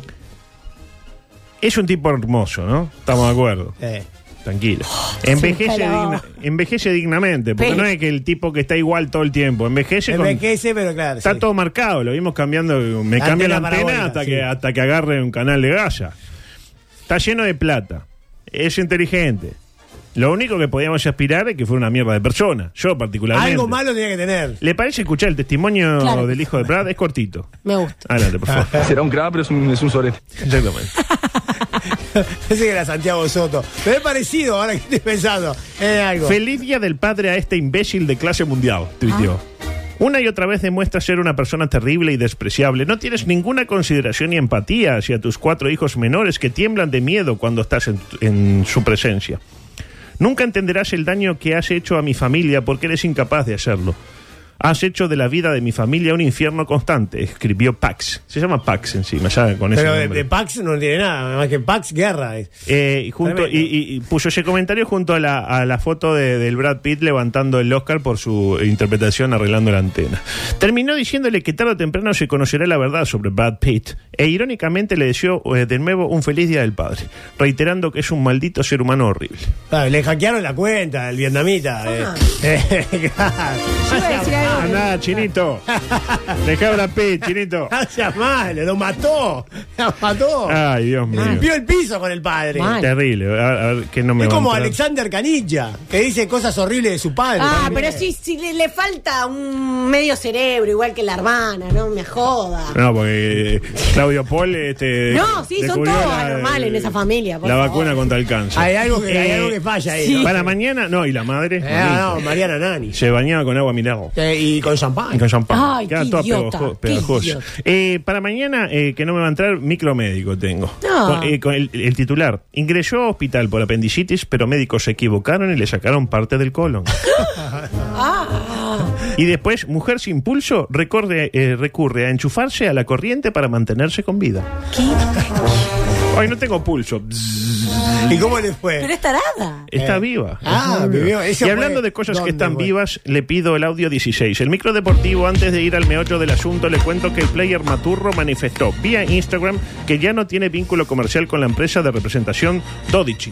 [SPEAKER 12] es un tipo hermoso, ¿no? Estamos de acuerdo.
[SPEAKER 13] Eh.
[SPEAKER 12] Tranquilo.
[SPEAKER 13] Oh,
[SPEAKER 12] Envejece,
[SPEAKER 13] Se encaró.
[SPEAKER 12] digna- envejece dignamente, porque
[SPEAKER 13] Pero-
[SPEAKER 12] no es que el tipo que está igual todo el tiempo. Envejece, con-
[SPEAKER 13] Envejece, pero claro.
[SPEAKER 12] Está todo marcado, lo vimos cambiando. Me
[SPEAKER 13] La
[SPEAKER 12] cambia
[SPEAKER 13] antena
[SPEAKER 12] la antena
[SPEAKER 13] parabólica,
[SPEAKER 12] hasta,
[SPEAKER 13] sí.
[SPEAKER 12] que, hasta que agarre un canal de Gaia. Está lleno de plata. Es inteligente. Lo único que podíamos aspirar es que fuera una mierda de persona. Yo, particularmente.
[SPEAKER 13] Algo malo tenía que tener. [laughs]
[SPEAKER 12] ¿Le parece escuchar el testimonio
[SPEAKER 13] Claro.
[SPEAKER 12] del hijo de Brad? Es cortito.
[SPEAKER 7] Me gusta.
[SPEAKER 13] [laughs]
[SPEAKER 12] Adelante, por favor.
[SPEAKER 8] Será un crack, pero es un, es un sorete.
[SPEAKER 12] Exactamente.
[SPEAKER 13] Ese que era Santiago Soto. Pero es parecido ahora que estoy pensando. Es algo.
[SPEAKER 12] Feliz día del padre a este imbécil de clase mundial, tuiteó.
[SPEAKER 13] Ah.
[SPEAKER 12] Una y otra vez demuestra ser una persona terrible y despreciable. No tienes ninguna consideración ni empatía hacia tus cuatro hijos menores que tiemblan de miedo cuando estás en, en su presencia. Nunca entenderás el daño que has hecho a mi familia porque eres incapaz de hacerlo. Has hecho de la vida de mi familia un infierno constante, escribió Pax. Se llama Pax encima, ya con ese
[SPEAKER 13] Pero de,
[SPEAKER 12] nombre.
[SPEAKER 13] de Pax no tiene nada, nada más que Pax Guerra. es.
[SPEAKER 12] Eh, y junto, y,
[SPEAKER 13] Tremendo.
[SPEAKER 12] y- y puso ese comentario junto a la, a la foto de- del Brad Pitt levantando el Oscar por su interpretación arreglando la antena. Terminó diciéndole que tarde o temprano se conocerá la verdad sobre Brad Pitt e irónicamente le deseó eh, de nuevo un feliz día del padre, reiterando que es un maldito ser humano horrible.
[SPEAKER 13] Ah, le hackearon la cuenta, el vietnamita. eh. Eh, [laughs] claro.
[SPEAKER 7] Yo iba a decir algo, pero-
[SPEAKER 12] Andá, Ah, chinito. Dejá a Brad Pitt,
[SPEAKER 13] [laughs]
[SPEAKER 12] chinito.
[SPEAKER 13] No seas malo, lo mató. Lo mató.
[SPEAKER 12] Ay, Dios mío.
[SPEAKER 13] Limpió el piso con el padre.
[SPEAKER 12] Terrible. A- a ver, que no me
[SPEAKER 13] Es
[SPEAKER 12] va a
[SPEAKER 13] como
[SPEAKER 12] entrar.
[SPEAKER 13] Alexander Canilla, que dice cosas horribles de su padre.
[SPEAKER 7] Ah,
[SPEAKER 13] también.
[SPEAKER 7] pero si, si le, le falta un medio cerebro, igual que la hermana, no me joda.
[SPEAKER 12] No, porque eh, Claudio Paul. Este,
[SPEAKER 7] No, sí, son
[SPEAKER 12] descubrió
[SPEAKER 7] todos
[SPEAKER 12] la- eh,
[SPEAKER 7] anormales en esa familia. por
[SPEAKER 12] La
[SPEAKER 7] favor.
[SPEAKER 12] vacuna contra el cáncer. Eh,
[SPEAKER 13] Hay algo que- hay algo que falla ahí, ¿no?
[SPEAKER 12] Para mañana, no, y la madre.
[SPEAKER 13] Eh,
[SPEAKER 12] mamita,
[SPEAKER 13] no, Mariana Nani.
[SPEAKER 12] Se bañaba con agua mineral.
[SPEAKER 13] Eh, y con champán.
[SPEAKER 12] Y con champán.
[SPEAKER 13] Ay,
[SPEAKER 12] Queda
[SPEAKER 13] qué
[SPEAKER 12] toda
[SPEAKER 13] idiota,
[SPEAKER 12] pegajo-
[SPEAKER 13] qué
[SPEAKER 12] pegajosa.
[SPEAKER 13] idiota.
[SPEAKER 12] Eh, para mañana, eh, que no me va a entrar, micromédico tengo.
[SPEAKER 7] No.
[SPEAKER 12] Con, eh, con el, el titular. Ingresó a hospital por apendicitis, pero médicos se equivocaron y le sacaron parte
[SPEAKER 13] [laughs]
[SPEAKER 12] del colon.
[SPEAKER 13] Ah.
[SPEAKER 12] Y después, mujer sin pulso recorre, eh, recurre a enchufarse a la corriente para mantenerse con vida. Ay, no tengo pulso.
[SPEAKER 13] ¿Y cómo le fue?
[SPEAKER 7] Pero es tarada.
[SPEAKER 12] Está
[SPEAKER 13] Eh.
[SPEAKER 12] viva.
[SPEAKER 13] Ah, vivió. Eso
[SPEAKER 12] y
[SPEAKER 13] fue-
[SPEAKER 12] hablando de cosas que
[SPEAKER 13] ¿dónde
[SPEAKER 12] están
[SPEAKER 13] fue?
[SPEAKER 12] vivas, le pido el audio 16. El micro deportivo, antes de ir al meollo del asunto, le cuento que el player Maturro manifestó vía Instagram que ya no tiene vínculo comercial con la empresa de representación Dodici.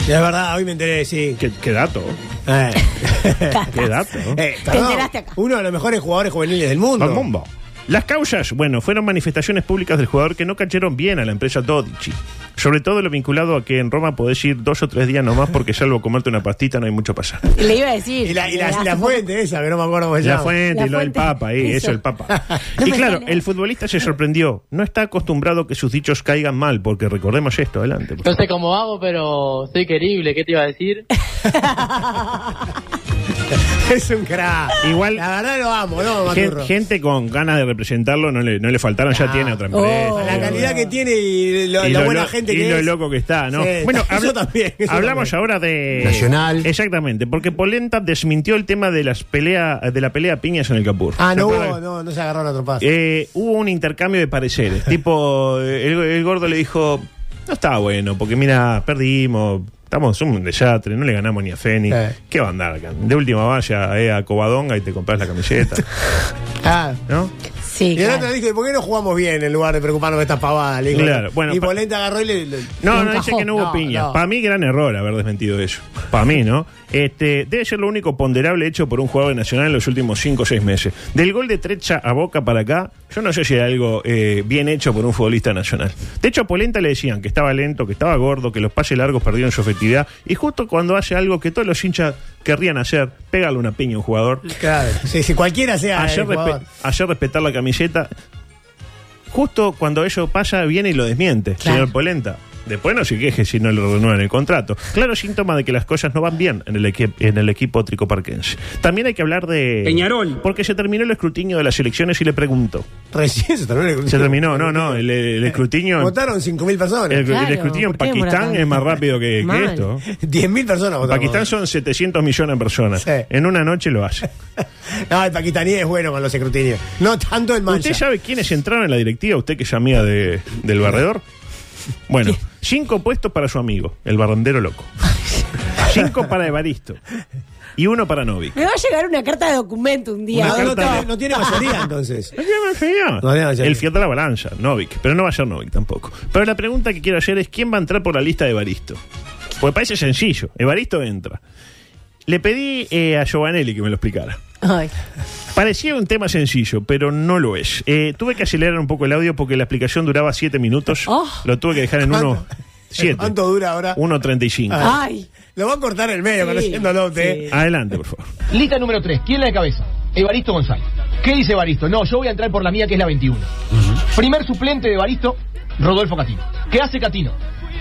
[SPEAKER 13] Es verdad, hoy me enteré, sí.
[SPEAKER 12] ¿Qué, qué dato?
[SPEAKER 13] Eh.
[SPEAKER 7] [laughs]
[SPEAKER 12] ¿Qué dato?
[SPEAKER 13] [laughs] Eh, perdón, Uno de los mejores jugadores juveniles del mundo.
[SPEAKER 12] Al mundo. Las causas, bueno, fueron manifestaciones públicas del jugador que no cayeron bien a la empresa Dodici. Sobre todo lo vinculado a que en Roma podés ir dos o tres días nomás porque salvo comerte una pastita no hay mucho pasar.
[SPEAKER 7] Le iba a decir.
[SPEAKER 13] Y la, y la-
[SPEAKER 7] le
[SPEAKER 13] y la
[SPEAKER 7] hace-
[SPEAKER 13] fuente esa, que no me acuerdo cómo se
[SPEAKER 12] La
[SPEAKER 13] llama.
[SPEAKER 12] fuente, y lo del
[SPEAKER 7] fuente.
[SPEAKER 12] Papa, ahí,
[SPEAKER 7] Eso.
[SPEAKER 12] eso, el Papa. y claro, el futbolista se sorprendió. No está acostumbrado que sus dichos caigan mal, porque recordemos esto, adelante.
[SPEAKER 20] No sé cómo hago, pero soy querible, ¿qué te iba a decir?
[SPEAKER 13] [laughs] es un crack.
[SPEAKER 12] Igual.
[SPEAKER 13] La verdad lo amo, ¿no,
[SPEAKER 12] Gen-
[SPEAKER 13] Maturro?
[SPEAKER 12] gente con ganas de representarlo no le, no le faltaron, ya tiene otra empresa.
[SPEAKER 13] Oh, la calidad que tiene y, lo-
[SPEAKER 12] Y
[SPEAKER 13] Ah. Oh, la
[SPEAKER 12] lo
[SPEAKER 13] buena
[SPEAKER 12] lo-
[SPEAKER 13] gente
[SPEAKER 12] y
[SPEAKER 13] que
[SPEAKER 12] lo
[SPEAKER 13] es.
[SPEAKER 12] loco que está, ¿no?
[SPEAKER 13] Sí, [laughs]
[SPEAKER 12] Bueno,
[SPEAKER 13] eso
[SPEAKER 12] habla-
[SPEAKER 13] también, eso
[SPEAKER 12] hablamos
[SPEAKER 13] también.
[SPEAKER 12] ahora de
[SPEAKER 13] Nacional.
[SPEAKER 12] Exactamente, porque Polenta desmintió el tema de las pelea de la pelea a piñas en el Capur.
[SPEAKER 13] Ah,
[SPEAKER 12] ¿Se
[SPEAKER 13] no,
[SPEAKER 12] acuerdan?
[SPEAKER 13] hubo, no, no se agarraron a trompadas.
[SPEAKER 12] Eh, hubo un intercambio de pareceres. tipo, eh, el, el gordo le dijo, no está bueno, porque mira, perdimos, estamos un desastre, no le ganamos ni a Fénix.
[SPEAKER 13] Eh.
[SPEAKER 12] ¿Qué va a andar acá? De última vaya eh, a Covadonga y te compras la camiseta.
[SPEAKER 13] Ah.
[SPEAKER 12] ¿No?
[SPEAKER 7] Sí.
[SPEAKER 13] Y el
[SPEAKER 12] Ah.
[SPEAKER 13] otro le dijo, ¿por qué no jugamos bien en lugar de preocuparnos de estas pavadas? Le dijo,
[SPEAKER 12] Claro, bueno,
[SPEAKER 13] y
[SPEAKER 12] pa-
[SPEAKER 13] Polenta agarró y le. le-
[SPEAKER 12] No,
[SPEAKER 13] le
[SPEAKER 12] no, dice
[SPEAKER 13] encajó.
[SPEAKER 12] que no hubo
[SPEAKER 13] No,
[SPEAKER 12] piña.
[SPEAKER 13] no.
[SPEAKER 12] Para mí, gran error haber desmentido eso. Para mí, ¿no? Este, debe ser lo único ponderable hecho por un jugador de nacional en los últimos 5 o 6 meses. Del gol de Trecha a Boca para acá, yo no sé si era algo eh, bien hecho por un futbolista nacional. De hecho, a Polenta le decían que estaba lento, que estaba gordo, que los pases largos perdieron su efectividad. Y justo cuando hace algo que todos los hinchas querrían hacer, pegarle una piña a un jugador.
[SPEAKER 13] Claro, sí, sí, cualquiera sea.
[SPEAKER 12] [laughs] Ayer,
[SPEAKER 13] el
[SPEAKER 12] Ah, respe-
[SPEAKER 13] jugador.
[SPEAKER 12] ayer respetar la camiseta. Justo cuando eso pasa, viene y lo desmiente, señor Polenta. Después no se queje si no le renuevan el contrato. Claro síntoma de que las cosas no van bien en el, equi- en el equipo tricoparquense. También hay que hablar de... Peñarol. Porque se terminó el escrutinio de las elecciones y le pregunto.
[SPEAKER 13] Recién se terminó el
[SPEAKER 12] Se
[SPEAKER 13] escrutinio.
[SPEAKER 12] terminó, no, no, el, el escrutinio... en-
[SPEAKER 13] Votaron 5.000 personas.
[SPEAKER 12] El, el escrutinio en Pakistán es más rápido que, que
[SPEAKER 13] Mal.
[SPEAKER 12] esto.
[SPEAKER 13] 10.000 personas
[SPEAKER 12] En
[SPEAKER 13] votaron. [laughs]
[SPEAKER 12] Pakistán son 700 millones de personas.
[SPEAKER 13] Sí.
[SPEAKER 12] En una noche lo hace.
[SPEAKER 13] No, el paquistaní es bueno con los escrutinios. No tanto el mancha.
[SPEAKER 12] ¿Usted sabe quiénes entraron en la directiva? ¿Usted que es amiga de, del barredor? Bueno, cinco puestos para su amigo, el barrendero loco. Cinco para Evaristo. Y uno para Novik.
[SPEAKER 7] Me va a llegar una carta de documento un día.
[SPEAKER 13] No, no
[SPEAKER 7] doctor.
[SPEAKER 13] tiene, no tiene mayoría entonces.
[SPEAKER 12] No tiene más idea.
[SPEAKER 13] No tiene mayoría.
[SPEAKER 12] El fiel de la balanza, Novik. Pero no va a ser Novik tampoco. Pero la pregunta que quiero hacer es: ¿quién va a entrar por la lista de Evaristo? Pues parece sencillo. Evaristo entra. Le pedí eh, a Giovanelli que me lo explicara.
[SPEAKER 7] Ay.
[SPEAKER 12] Parecía un tema sencillo, pero no lo es. Eh, tuve que acelerar un poco el audio porque la explicación duraba 7 minutos. Lo tuve que dejar en uno siete.
[SPEAKER 13] ¿Cuánto Ah. dura ahora?
[SPEAKER 12] 1.35.
[SPEAKER 13] Ay. Lo va a cortar el medio,
[SPEAKER 9] Sí.
[SPEAKER 13] conociéndolo ¿eh? usted.
[SPEAKER 12] Adelante, por favor.
[SPEAKER 9] Lista número 3. ¿Quién la de cabeza? Evaristo González. ¿Qué dice Evaristo? No, yo voy a entrar por la mía, que es la 21. Primer suplente de Evaristo, Rodolfo Catino. ¿Qué hace Catino?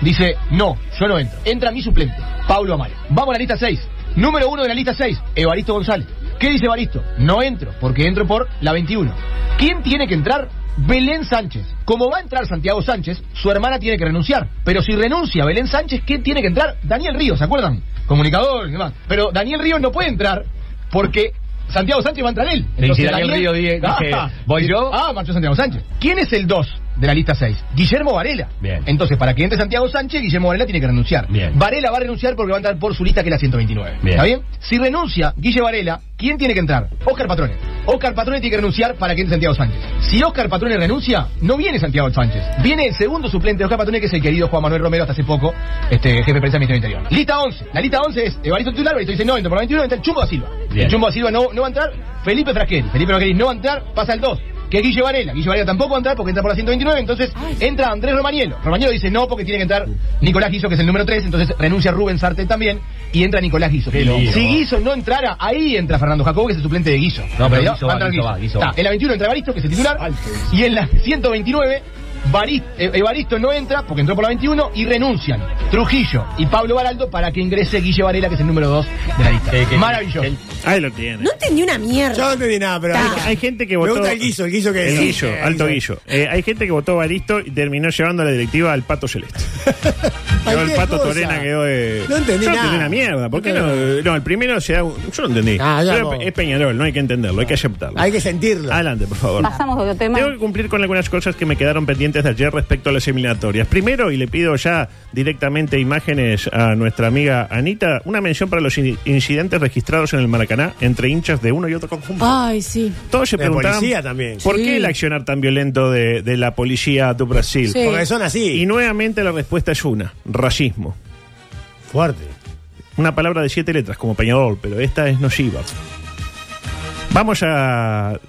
[SPEAKER 9] Dice, no, yo no entro. Entra mi suplente, Pablo Amaro. Vamos a la lista 6. Número 1 de la lista 6, Evaristo González. ¿Qué dice Evaristo? No entro, porque entro por la 21. ¿Quién tiene que entrar? Belén Sánchez. Como va a entrar Santiago Sánchez, su hermana tiene que renunciar. Pero si renuncia Belén Sánchez, ¿qué tiene que entrar? Daniel Ríos, ¿se acuerdan? Comunicador y demás. Pero Daniel Ríos no puede entrar porque Santiago Sánchez va a entrar él.
[SPEAKER 20] Le dice Daniel Ríos, dije, dije,
[SPEAKER 9] voy yo. Ah, marchó Santiago Sánchez. ¿Quién es el 2 de la lista 6? Guillermo Varela.
[SPEAKER 20] Bien.
[SPEAKER 9] Entonces, para que entre Santiago Sánchez, Guillermo Varela tiene que renunciar.
[SPEAKER 20] Bien.
[SPEAKER 9] Varela va a renunciar porque va a entrar por su lista que es la 129.
[SPEAKER 20] Bien.
[SPEAKER 9] ¿Está bien? Si renuncia Guille Varela, ¿quién tiene que entrar? Óscar Patrone. Óscar Patrone tiene que renunciar para que entre Santiago Sánchez. Si Óscar Patrone renuncia, no viene Santiago Sánchez. Viene el segundo suplente de Óscar Patrone, que es el querido Juan Manuel Romero hasta hace poco, este jefe de prensa del Ministerio Interior. Lista 11. La lista 11 es Evaristo titular, Evaristo dice no, entra por la 21, entra el Chumbo da Silva.
[SPEAKER 20] Bien.
[SPEAKER 9] El Chumbo da Silva no, no va a entrar. Felipe Frasquel. Felipe Frasquel no va a entrar, pasa el 2 que es Guille Varela. Guille Varela tampoco va a entrar porque entra por la 129, entonces entra Andrés Romagnolo. Romagnolo dice no porque tiene que entrar Nicolás Guiso, que es el número 3, entonces renuncia Rubén Sartre también y entra Nicolás Guiso.
[SPEAKER 20] Qué lío.
[SPEAKER 9] Si Guiso no entrara, ahí entra Fernando Jacobo, que es el suplente de Guiso.
[SPEAKER 20] No, pero
[SPEAKER 9] ¿Entendió?
[SPEAKER 20] Guiso
[SPEAKER 9] Va a
[SPEAKER 20] va,
[SPEAKER 9] entrar
[SPEAKER 20] Guiso va, Guiso va.
[SPEAKER 9] Está, en la 21 entra Evaristo, que es el titular, y en la 129 Baris- eh, Evaristo no entra porque entró por la 21 y renuncian Trujillo y Pablo Baraldo para que ingrese Guille Varela, que es el número 2 de la lista. Maravilloso.
[SPEAKER 12] Ahí lo tiene.
[SPEAKER 7] No entendí una mierda.
[SPEAKER 13] Yo no entendí nada, pero.
[SPEAKER 12] Hay, hay gente que
[SPEAKER 13] Me
[SPEAKER 12] votó.
[SPEAKER 13] gusta el guiso, el guiso que
[SPEAKER 12] El
[SPEAKER 13] es.
[SPEAKER 12] guillo,
[SPEAKER 13] Eh,
[SPEAKER 12] alto guillo. Eh, hay gente que votó Baristo y terminó llevando a la directiva al
[SPEAKER 13] [laughs]
[SPEAKER 12] Pato Celeste. Quedó el
[SPEAKER 13] Cualquier
[SPEAKER 12] Pato
[SPEAKER 13] cosa.
[SPEAKER 12] Torena quedó de.
[SPEAKER 13] No entendí
[SPEAKER 12] Yo
[SPEAKER 13] nada.
[SPEAKER 12] una mierda. ¿Por qué
[SPEAKER 13] No
[SPEAKER 12] no? No, el primero se da un- Yo no entendí.
[SPEAKER 13] Ah, ya
[SPEAKER 12] Pero
[SPEAKER 13] vos.
[SPEAKER 12] es Peñarol, no hay que entenderlo, hay que aceptarlo.
[SPEAKER 13] Hay que sentirlo.
[SPEAKER 12] Adelante, por favor.
[SPEAKER 21] Pasamos a otro tema.
[SPEAKER 12] Tengo que cumplir con algunas cosas que me quedaron pendientes de ayer respecto a las eliminatorias. Primero, y le pido ya directamente imágenes a nuestra amiga Anita, una mención para los in- incidentes registrados en el Maracaná entre hinchas de uno y otro conjunto.
[SPEAKER 7] Ay, sí.
[SPEAKER 12] Todos se
[SPEAKER 13] De
[SPEAKER 12] preguntaban
[SPEAKER 13] policía también.
[SPEAKER 12] ¿Por
[SPEAKER 13] Sí.
[SPEAKER 12] qué el accionar tan violento de, de la policía de Brasil?
[SPEAKER 13] Sí. Porque son así.
[SPEAKER 12] Y nuevamente la respuesta es una, racismo.
[SPEAKER 13] Fuerte.
[SPEAKER 12] Una palabra de siete letras, como Peñarol, pero esta es nociva. Vamos a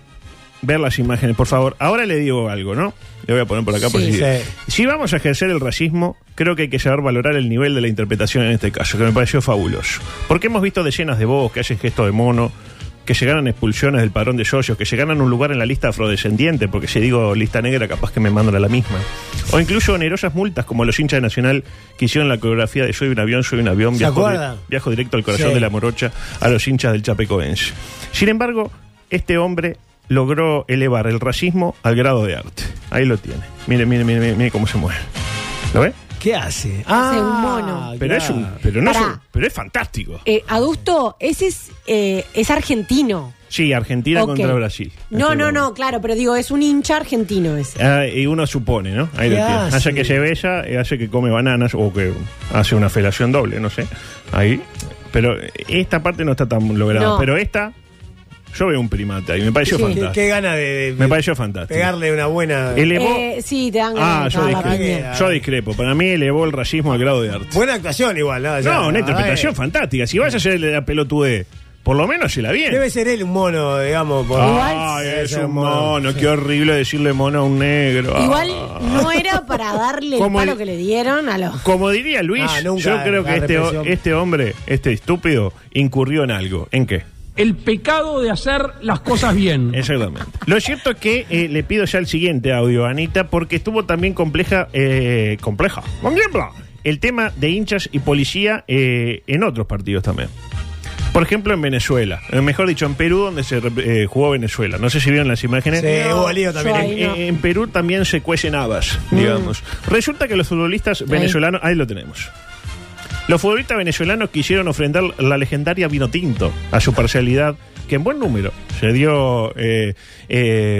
[SPEAKER 12] ver las imágenes, por favor. Ahora le digo algo, ¿no? Le voy a poner por acá por
[SPEAKER 13] Sí.
[SPEAKER 12] si...
[SPEAKER 13] Sí.
[SPEAKER 12] Si vamos a ejercer el racismo, creo que hay que saber valorar el nivel de la interpretación en este caso, que me pareció fabuloso. Porque hemos visto decenas de bobos que hacen gesto de mono, que se ganan expulsiones del padrón de socios, que se ganan un lugar en la lista afrodescendiente, porque si digo lista negra, capaz que me mandan a la misma. O incluso onerosas multas, como los hinchas de Nacional que hicieron la coreografía de Soy un avión, soy un avión,
[SPEAKER 13] ¿Se
[SPEAKER 12] viajo,
[SPEAKER 13] acuerdan?
[SPEAKER 12] viajo directo al corazón
[SPEAKER 13] Sí.
[SPEAKER 12] de la morocha, a los hinchas del Chapecoense. Sin embargo, este hombre logró elevar el racismo al grado de arte. Ahí lo tiene. Mire, mire, mire, mire, mire cómo se mueve. ¿Lo ve?
[SPEAKER 13] ¿Qué hace? Ah,
[SPEAKER 7] Hace un mono.
[SPEAKER 12] Pero es un, pero no es
[SPEAKER 7] Pará.
[SPEAKER 12] un- pero es fantástico.
[SPEAKER 7] Eh, adusto, ese es, eh, es argentino.
[SPEAKER 12] Sí, Argentina
[SPEAKER 7] Ok.
[SPEAKER 12] contra Brasil.
[SPEAKER 7] No,
[SPEAKER 12] Este
[SPEAKER 7] no,
[SPEAKER 12] lo-
[SPEAKER 7] no, claro, pero digo, es un hincha argentino ese.
[SPEAKER 12] Ah, y uno supone, ¿no? Ahí lo
[SPEAKER 7] ¿Qué
[SPEAKER 12] tiene.
[SPEAKER 7] hace?
[SPEAKER 12] Hace que se besa, eh, hace que come bananas o que hace una felación doble, no sé. Ahí. Pero esta parte no está tan lograda.
[SPEAKER 13] No.
[SPEAKER 12] Pero esta, yo veo un primate ahí. Me pareció
[SPEAKER 13] Sí.
[SPEAKER 12] fantástico.
[SPEAKER 13] Qué- qué gana de- de-
[SPEAKER 12] Me pareció fantástico.
[SPEAKER 13] Pegarle una buena.
[SPEAKER 12] Elevó-
[SPEAKER 7] Eh, sí, te dan ganas
[SPEAKER 12] Ah,
[SPEAKER 7] de
[SPEAKER 12] yo
[SPEAKER 7] cagar la
[SPEAKER 12] discrepo.
[SPEAKER 7] piña.
[SPEAKER 12] Yo discrepo. Para mí elevó el racismo al grado de arte.
[SPEAKER 13] Buena actuación igual, ¿no? Ya,
[SPEAKER 12] No, una
[SPEAKER 13] la
[SPEAKER 12] interpretación
[SPEAKER 13] verdad
[SPEAKER 12] fantástica. Si vas a hacerle la pelotude, por lo menos se la
[SPEAKER 13] es-
[SPEAKER 12] bien.
[SPEAKER 13] Debe ser él un mono, digamos. por-
[SPEAKER 12] Ay,
[SPEAKER 13] Debe
[SPEAKER 12] es
[SPEAKER 13] ser
[SPEAKER 12] un mono, qué horrible decirle mono a un negro. Ah.
[SPEAKER 7] Igual no era para darle el
[SPEAKER 12] Como
[SPEAKER 7] palo
[SPEAKER 12] el-
[SPEAKER 7] que le dieron a los.
[SPEAKER 12] Como diría Luis,
[SPEAKER 7] Ah, nunca
[SPEAKER 12] yo creo
[SPEAKER 7] la
[SPEAKER 12] que este,
[SPEAKER 7] represión.
[SPEAKER 12] este hombre, este estúpido, incurrió en algo. ¿En qué?
[SPEAKER 21] El pecado de hacer las cosas bien.
[SPEAKER 12] Exactamente. Lo cierto es que eh, le pido ya el siguiente audio, Anita, porque estuvo también compleja. Eh, compleja. Con tiembla. El tema de hinchas y policía eh, en otros partidos también. Por ejemplo, en Venezuela. Eh, Mejor dicho, en Perú, donde se eh, jugó Venezuela. No sé si vieron las imágenes.
[SPEAKER 13] Sí, No, hubo lío también. yo ahí
[SPEAKER 12] En,
[SPEAKER 13] no.
[SPEAKER 12] en Perú también se cuecen habas, digamos. Resulta que los futbolistas venezolanos. Ahí lo tenemos. Los futbolistas venezolanos quisieron ofrendar la legendaria vino tinto a su parcialidad, que en buen número se dio. eh,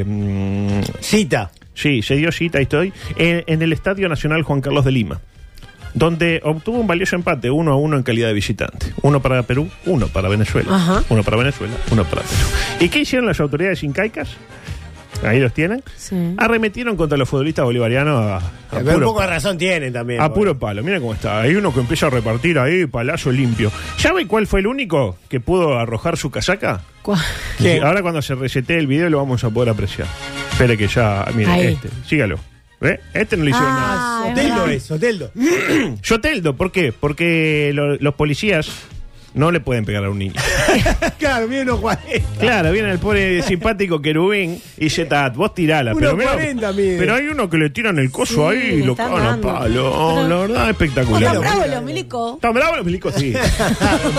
[SPEAKER 12] mm,
[SPEAKER 13] cita.
[SPEAKER 12] Sí, se dio cita, ahí estoy, en, en el Estadio Nacional Juan Carlos de Lima, donde obtuvo un valioso empate, uno a uno en calidad de visitante. Uno para Perú, uno para Venezuela.
[SPEAKER 7] Ajá.
[SPEAKER 12] Uno para Venezuela, uno para Perú. ¿Y qué hicieron las autoridades incaicas? Ahí los tienen. Arremetieron contra los futbolistas bolivarianos a, a
[SPEAKER 13] Pero un
[SPEAKER 12] puro
[SPEAKER 13] poco eh. de
[SPEAKER 12] palo.
[SPEAKER 13] razón tiene también.
[SPEAKER 12] A puro palo, mira cómo está. Hay uno que empieza a repartir ahí, palazo limpio. ¿Sabe cuál fue el único que pudo arrojar su casaca?
[SPEAKER 7] ¿Cuál?
[SPEAKER 12] Sí, Ahora cuando se resete el video lo vamos a poder apreciar. Espere que ya, mire,
[SPEAKER 13] Ahí.
[SPEAKER 12] este, sígalo. ¿Ve? Este no le hicieron
[SPEAKER 13] Ah,
[SPEAKER 7] es
[SPEAKER 13] Soteldo
[SPEAKER 7] verdad.
[SPEAKER 13] es, Soteldo. [laughs]
[SPEAKER 12] nada. Yo teldo, ¿por qué? Porque lo- los policías no le pueden pegar
[SPEAKER 7] [laughs]
[SPEAKER 12] a un niño. [laughs]
[SPEAKER 13] claro, mira unos
[SPEAKER 12] Eh.
[SPEAKER 13] 40.
[SPEAKER 12] Claro, viene el pobre simpático querubín y dice, Tat, vos tirala. Pero,
[SPEAKER 13] Unos
[SPEAKER 12] mirá,
[SPEAKER 13] 40 mide.
[SPEAKER 12] pero hay uno que le tiran el coso
[SPEAKER 7] Sí,
[SPEAKER 12] ahí y
[SPEAKER 7] le
[SPEAKER 12] lo
[SPEAKER 7] están
[SPEAKER 12] cagan a
[SPEAKER 7] dando.
[SPEAKER 12] palo. Oh, la verdad, espectacular.
[SPEAKER 7] Está bravo los milicos.
[SPEAKER 12] ¿Están bravos los
[SPEAKER 7] [laughs]
[SPEAKER 12] milicos? Sí.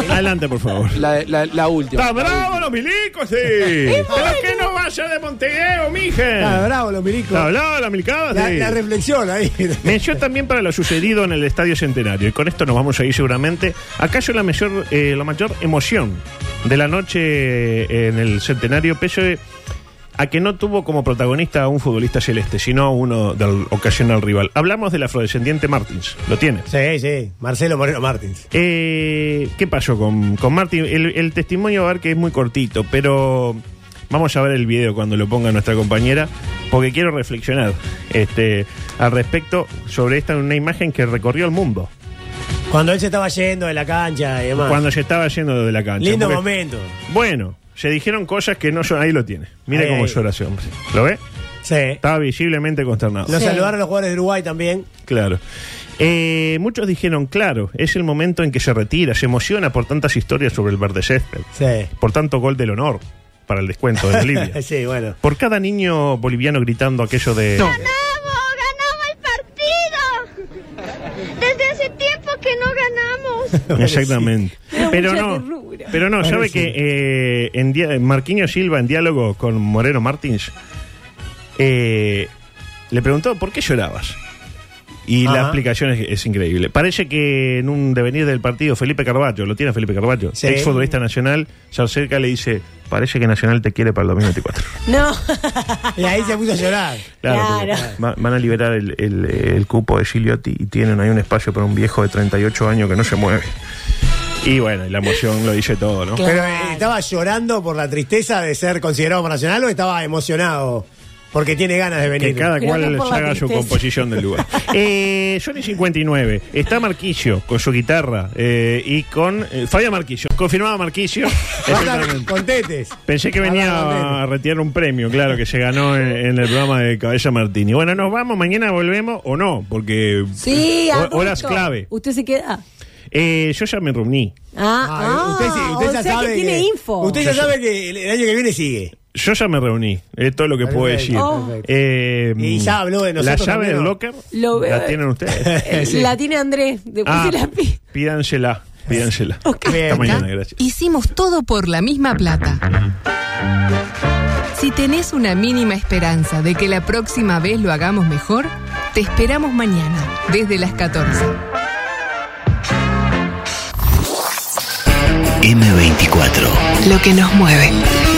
[SPEAKER 12] Adelante, por favor.
[SPEAKER 19] La, la- la última.
[SPEAKER 12] ¡Está bravo los milicos, sí! ¿Pero qué no vaya de Montevideo, mije?
[SPEAKER 13] Está bravo los milicos.
[SPEAKER 12] Está bravo los milicos,
[SPEAKER 13] La,
[SPEAKER 12] sí.
[SPEAKER 13] la reflexión ahí.
[SPEAKER 12] Mención también para lo sucedido en el Estadio Centenario. Y con esto nos vamos a ir seguramente. ¿Acaso la mayor, eh, la mayor emoción de la noche eh, en el Centenario pese E, a que no tuvo como protagonista a un futbolista celeste, sino a uno del ocasional rival? Hablamos del afrodescendiente Martins. ¿Lo tiene?
[SPEAKER 13] Sí, sí. Marcelo Moreno Martins.
[SPEAKER 12] Eh, ¿Qué pasó con, con Martín? El, el testimonio va a ver que es muy cortito, pero vamos a ver el video cuando lo ponga nuestra compañera, porque quiero reflexionar este, al respecto sobre esta una imagen que recorrió el mundo
[SPEAKER 13] Cuando él se estaba yendo de la cancha y demás.
[SPEAKER 12] cuando se estaba yendo de la cancha.
[SPEAKER 13] Lindo
[SPEAKER 12] Porque-
[SPEAKER 13] momento.
[SPEAKER 12] Bueno, se dijeron cosas que no son. Ahí lo tiene. Mira
[SPEAKER 13] Ahí,
[SPEAKER 12] cómo
[SPEAKER 13] ahí.
[SPEAKER 12] llora ese hombre. ¿Lo ve?
[SPEAKER 13] Sí.
[SPEAKER 12] Estaba visiblemente consternado.
[SPEAKER 13] Lo saludaron los jugadores de Uruguay también.
[SPEAKER 12] Claro. Eh, muchos dijeron, claro, es el momento en que se retira, se emociona por tantas historias sobre el verde césped.
[SPEAKER 13] Sí.
[SPEAKER 12] por tanto gol del honor para el descuento de
[SPEAKER 13] [laughs]
[SPEAKER 12] Bolivia.
[SPEAKER 13] sí, bueno.
[SPEAKER 12] Por cada niño boliviano gritando aquello de...
[SPEAKER 10] Desde hace tiempo que no ganamos.
[SPEAKER 12] [laughs] Exactamente.
[SPEAKER 10] Pero
[SPEAKER 12] Pero
[SPEAKER 10] mucha
[SPEAKER 12] no,
[SPEAKER 10] ternura.
[SPEAKER 12] pero no, sabe
[SPEAKER 10] Parece.
[SPEAKER 12] que eh, en dia- Marquinhos Silva en diálogo con Moreno Martins eh, le preguntó por qué llorabas. Y la
[SPEAKER 13] Ajá.
[SPEAKER 12] explicación es, es increíble. Parece que en un devenir del partido, Felipe Carballo, lo tiene Felipe Carballo,
[SPEAKER 13] Sí.
[SPEAKER 12] ex futbolista nacional, se acerca y le dice, parece que Nacional te quiere para el 2024.
[SPEAKER 7] No.
[SPEAKER 13] Y ahí se puso a llorar.
[SPEAKER 12] Claro. porque [laughs] va- Van a liberar el, el- el cupo de Gigliotti y tienen ahí un espacio para un viejo de 38 años que no se mueve. Y bueno, y la emoción lo dice todo, ¿no?
[SPEAKER 13] Pero eh, estaba llorando por la tristeza de ser considerado por Nacional o estaba emocionado porque tiene ganas de venir.
[SPEAKER 12] Que cada cual se haga su composición del [laughs] lugar. Eh, Sony 59, está Marquillo con su guitarra eh, y con. eh, falla Marquillo, confirmado [laughs] Marquillo. Exactamente.
[SPEAKER 13] Con tetes.
[SPEAKER 12] Pensé que venía a retirar un premio, claro, que se ganó en, en el programa de Cabeza Martini. Bueno, nos vamos, mañana volvemos o no, porque
[SPEAKER 7] Sí,
[SPEAKER 12] [laughs] eh, hor-
[SPEAKER 7] adulto.
[SPEAKER 12] horas clave.
[SPEAKER 7] ¿Usted se queda?
[SPEAKER 12] Eh, yo ya me reuní.
[SPEAKER 22] Ah, ah,
[SPEAKER 13] eh, usted sí, usted
[SPEAKER 22] o
[SPEAKER 13] ya
[SPEAKER 22] sea
[SPEAKER 13] sabe
[SPEAKER 22] que tiene
[SPEAKER 13] que-
[SPEAKER 22] info. Eh,
[SPEAKER 13] Usted
[SPEAKER 12] Yo
[SPEAKER 13] ya
[SPEAKER 12] ya-
[SPEAKER 13] sabe que el el año que viene sigue.
[SPEAKER 12] Yo ya me reuní, es todo lo que puedo
[SPEAKER 13] Perfecto,
[SPEAKER 12] decir.
[SPEAKER 13] perfecto.
[SPEAKER 12] Eh,
[SPEAKER 13] Y ya habló de
[SPEAKER 12] La
[SPEAKER 13] nosotros
[SPEAKER 12] llave
[SPEAKER 13] también,
[SPEAKER 12] del
[SPEAKER 13] ¿no?
[SPEAKER 12] locker
[SPEAKER 22] Lo-
[SPEAKER 12] la
[SPEAKER 22] [laughs]
[SPEAKER 12] tienen ustedes.
[SPEAKER 22] La tiene Andrés. Después
[SPEAKER 12] Ah,
[SPEAKER 22] se la pide.
[SPEAKER 12] pídansela, pídansela. Hasta mañana, gracias.
[SPEAKER 7] Hicimos todo por la misma plata. Si tenés una mínima esperanza de que la próxima vez lo hagamos mejor, te esperamos mañana, desde las 14.
[SPEAKER 23] M24.
[SPEAKER 7] Lo que nos mueve.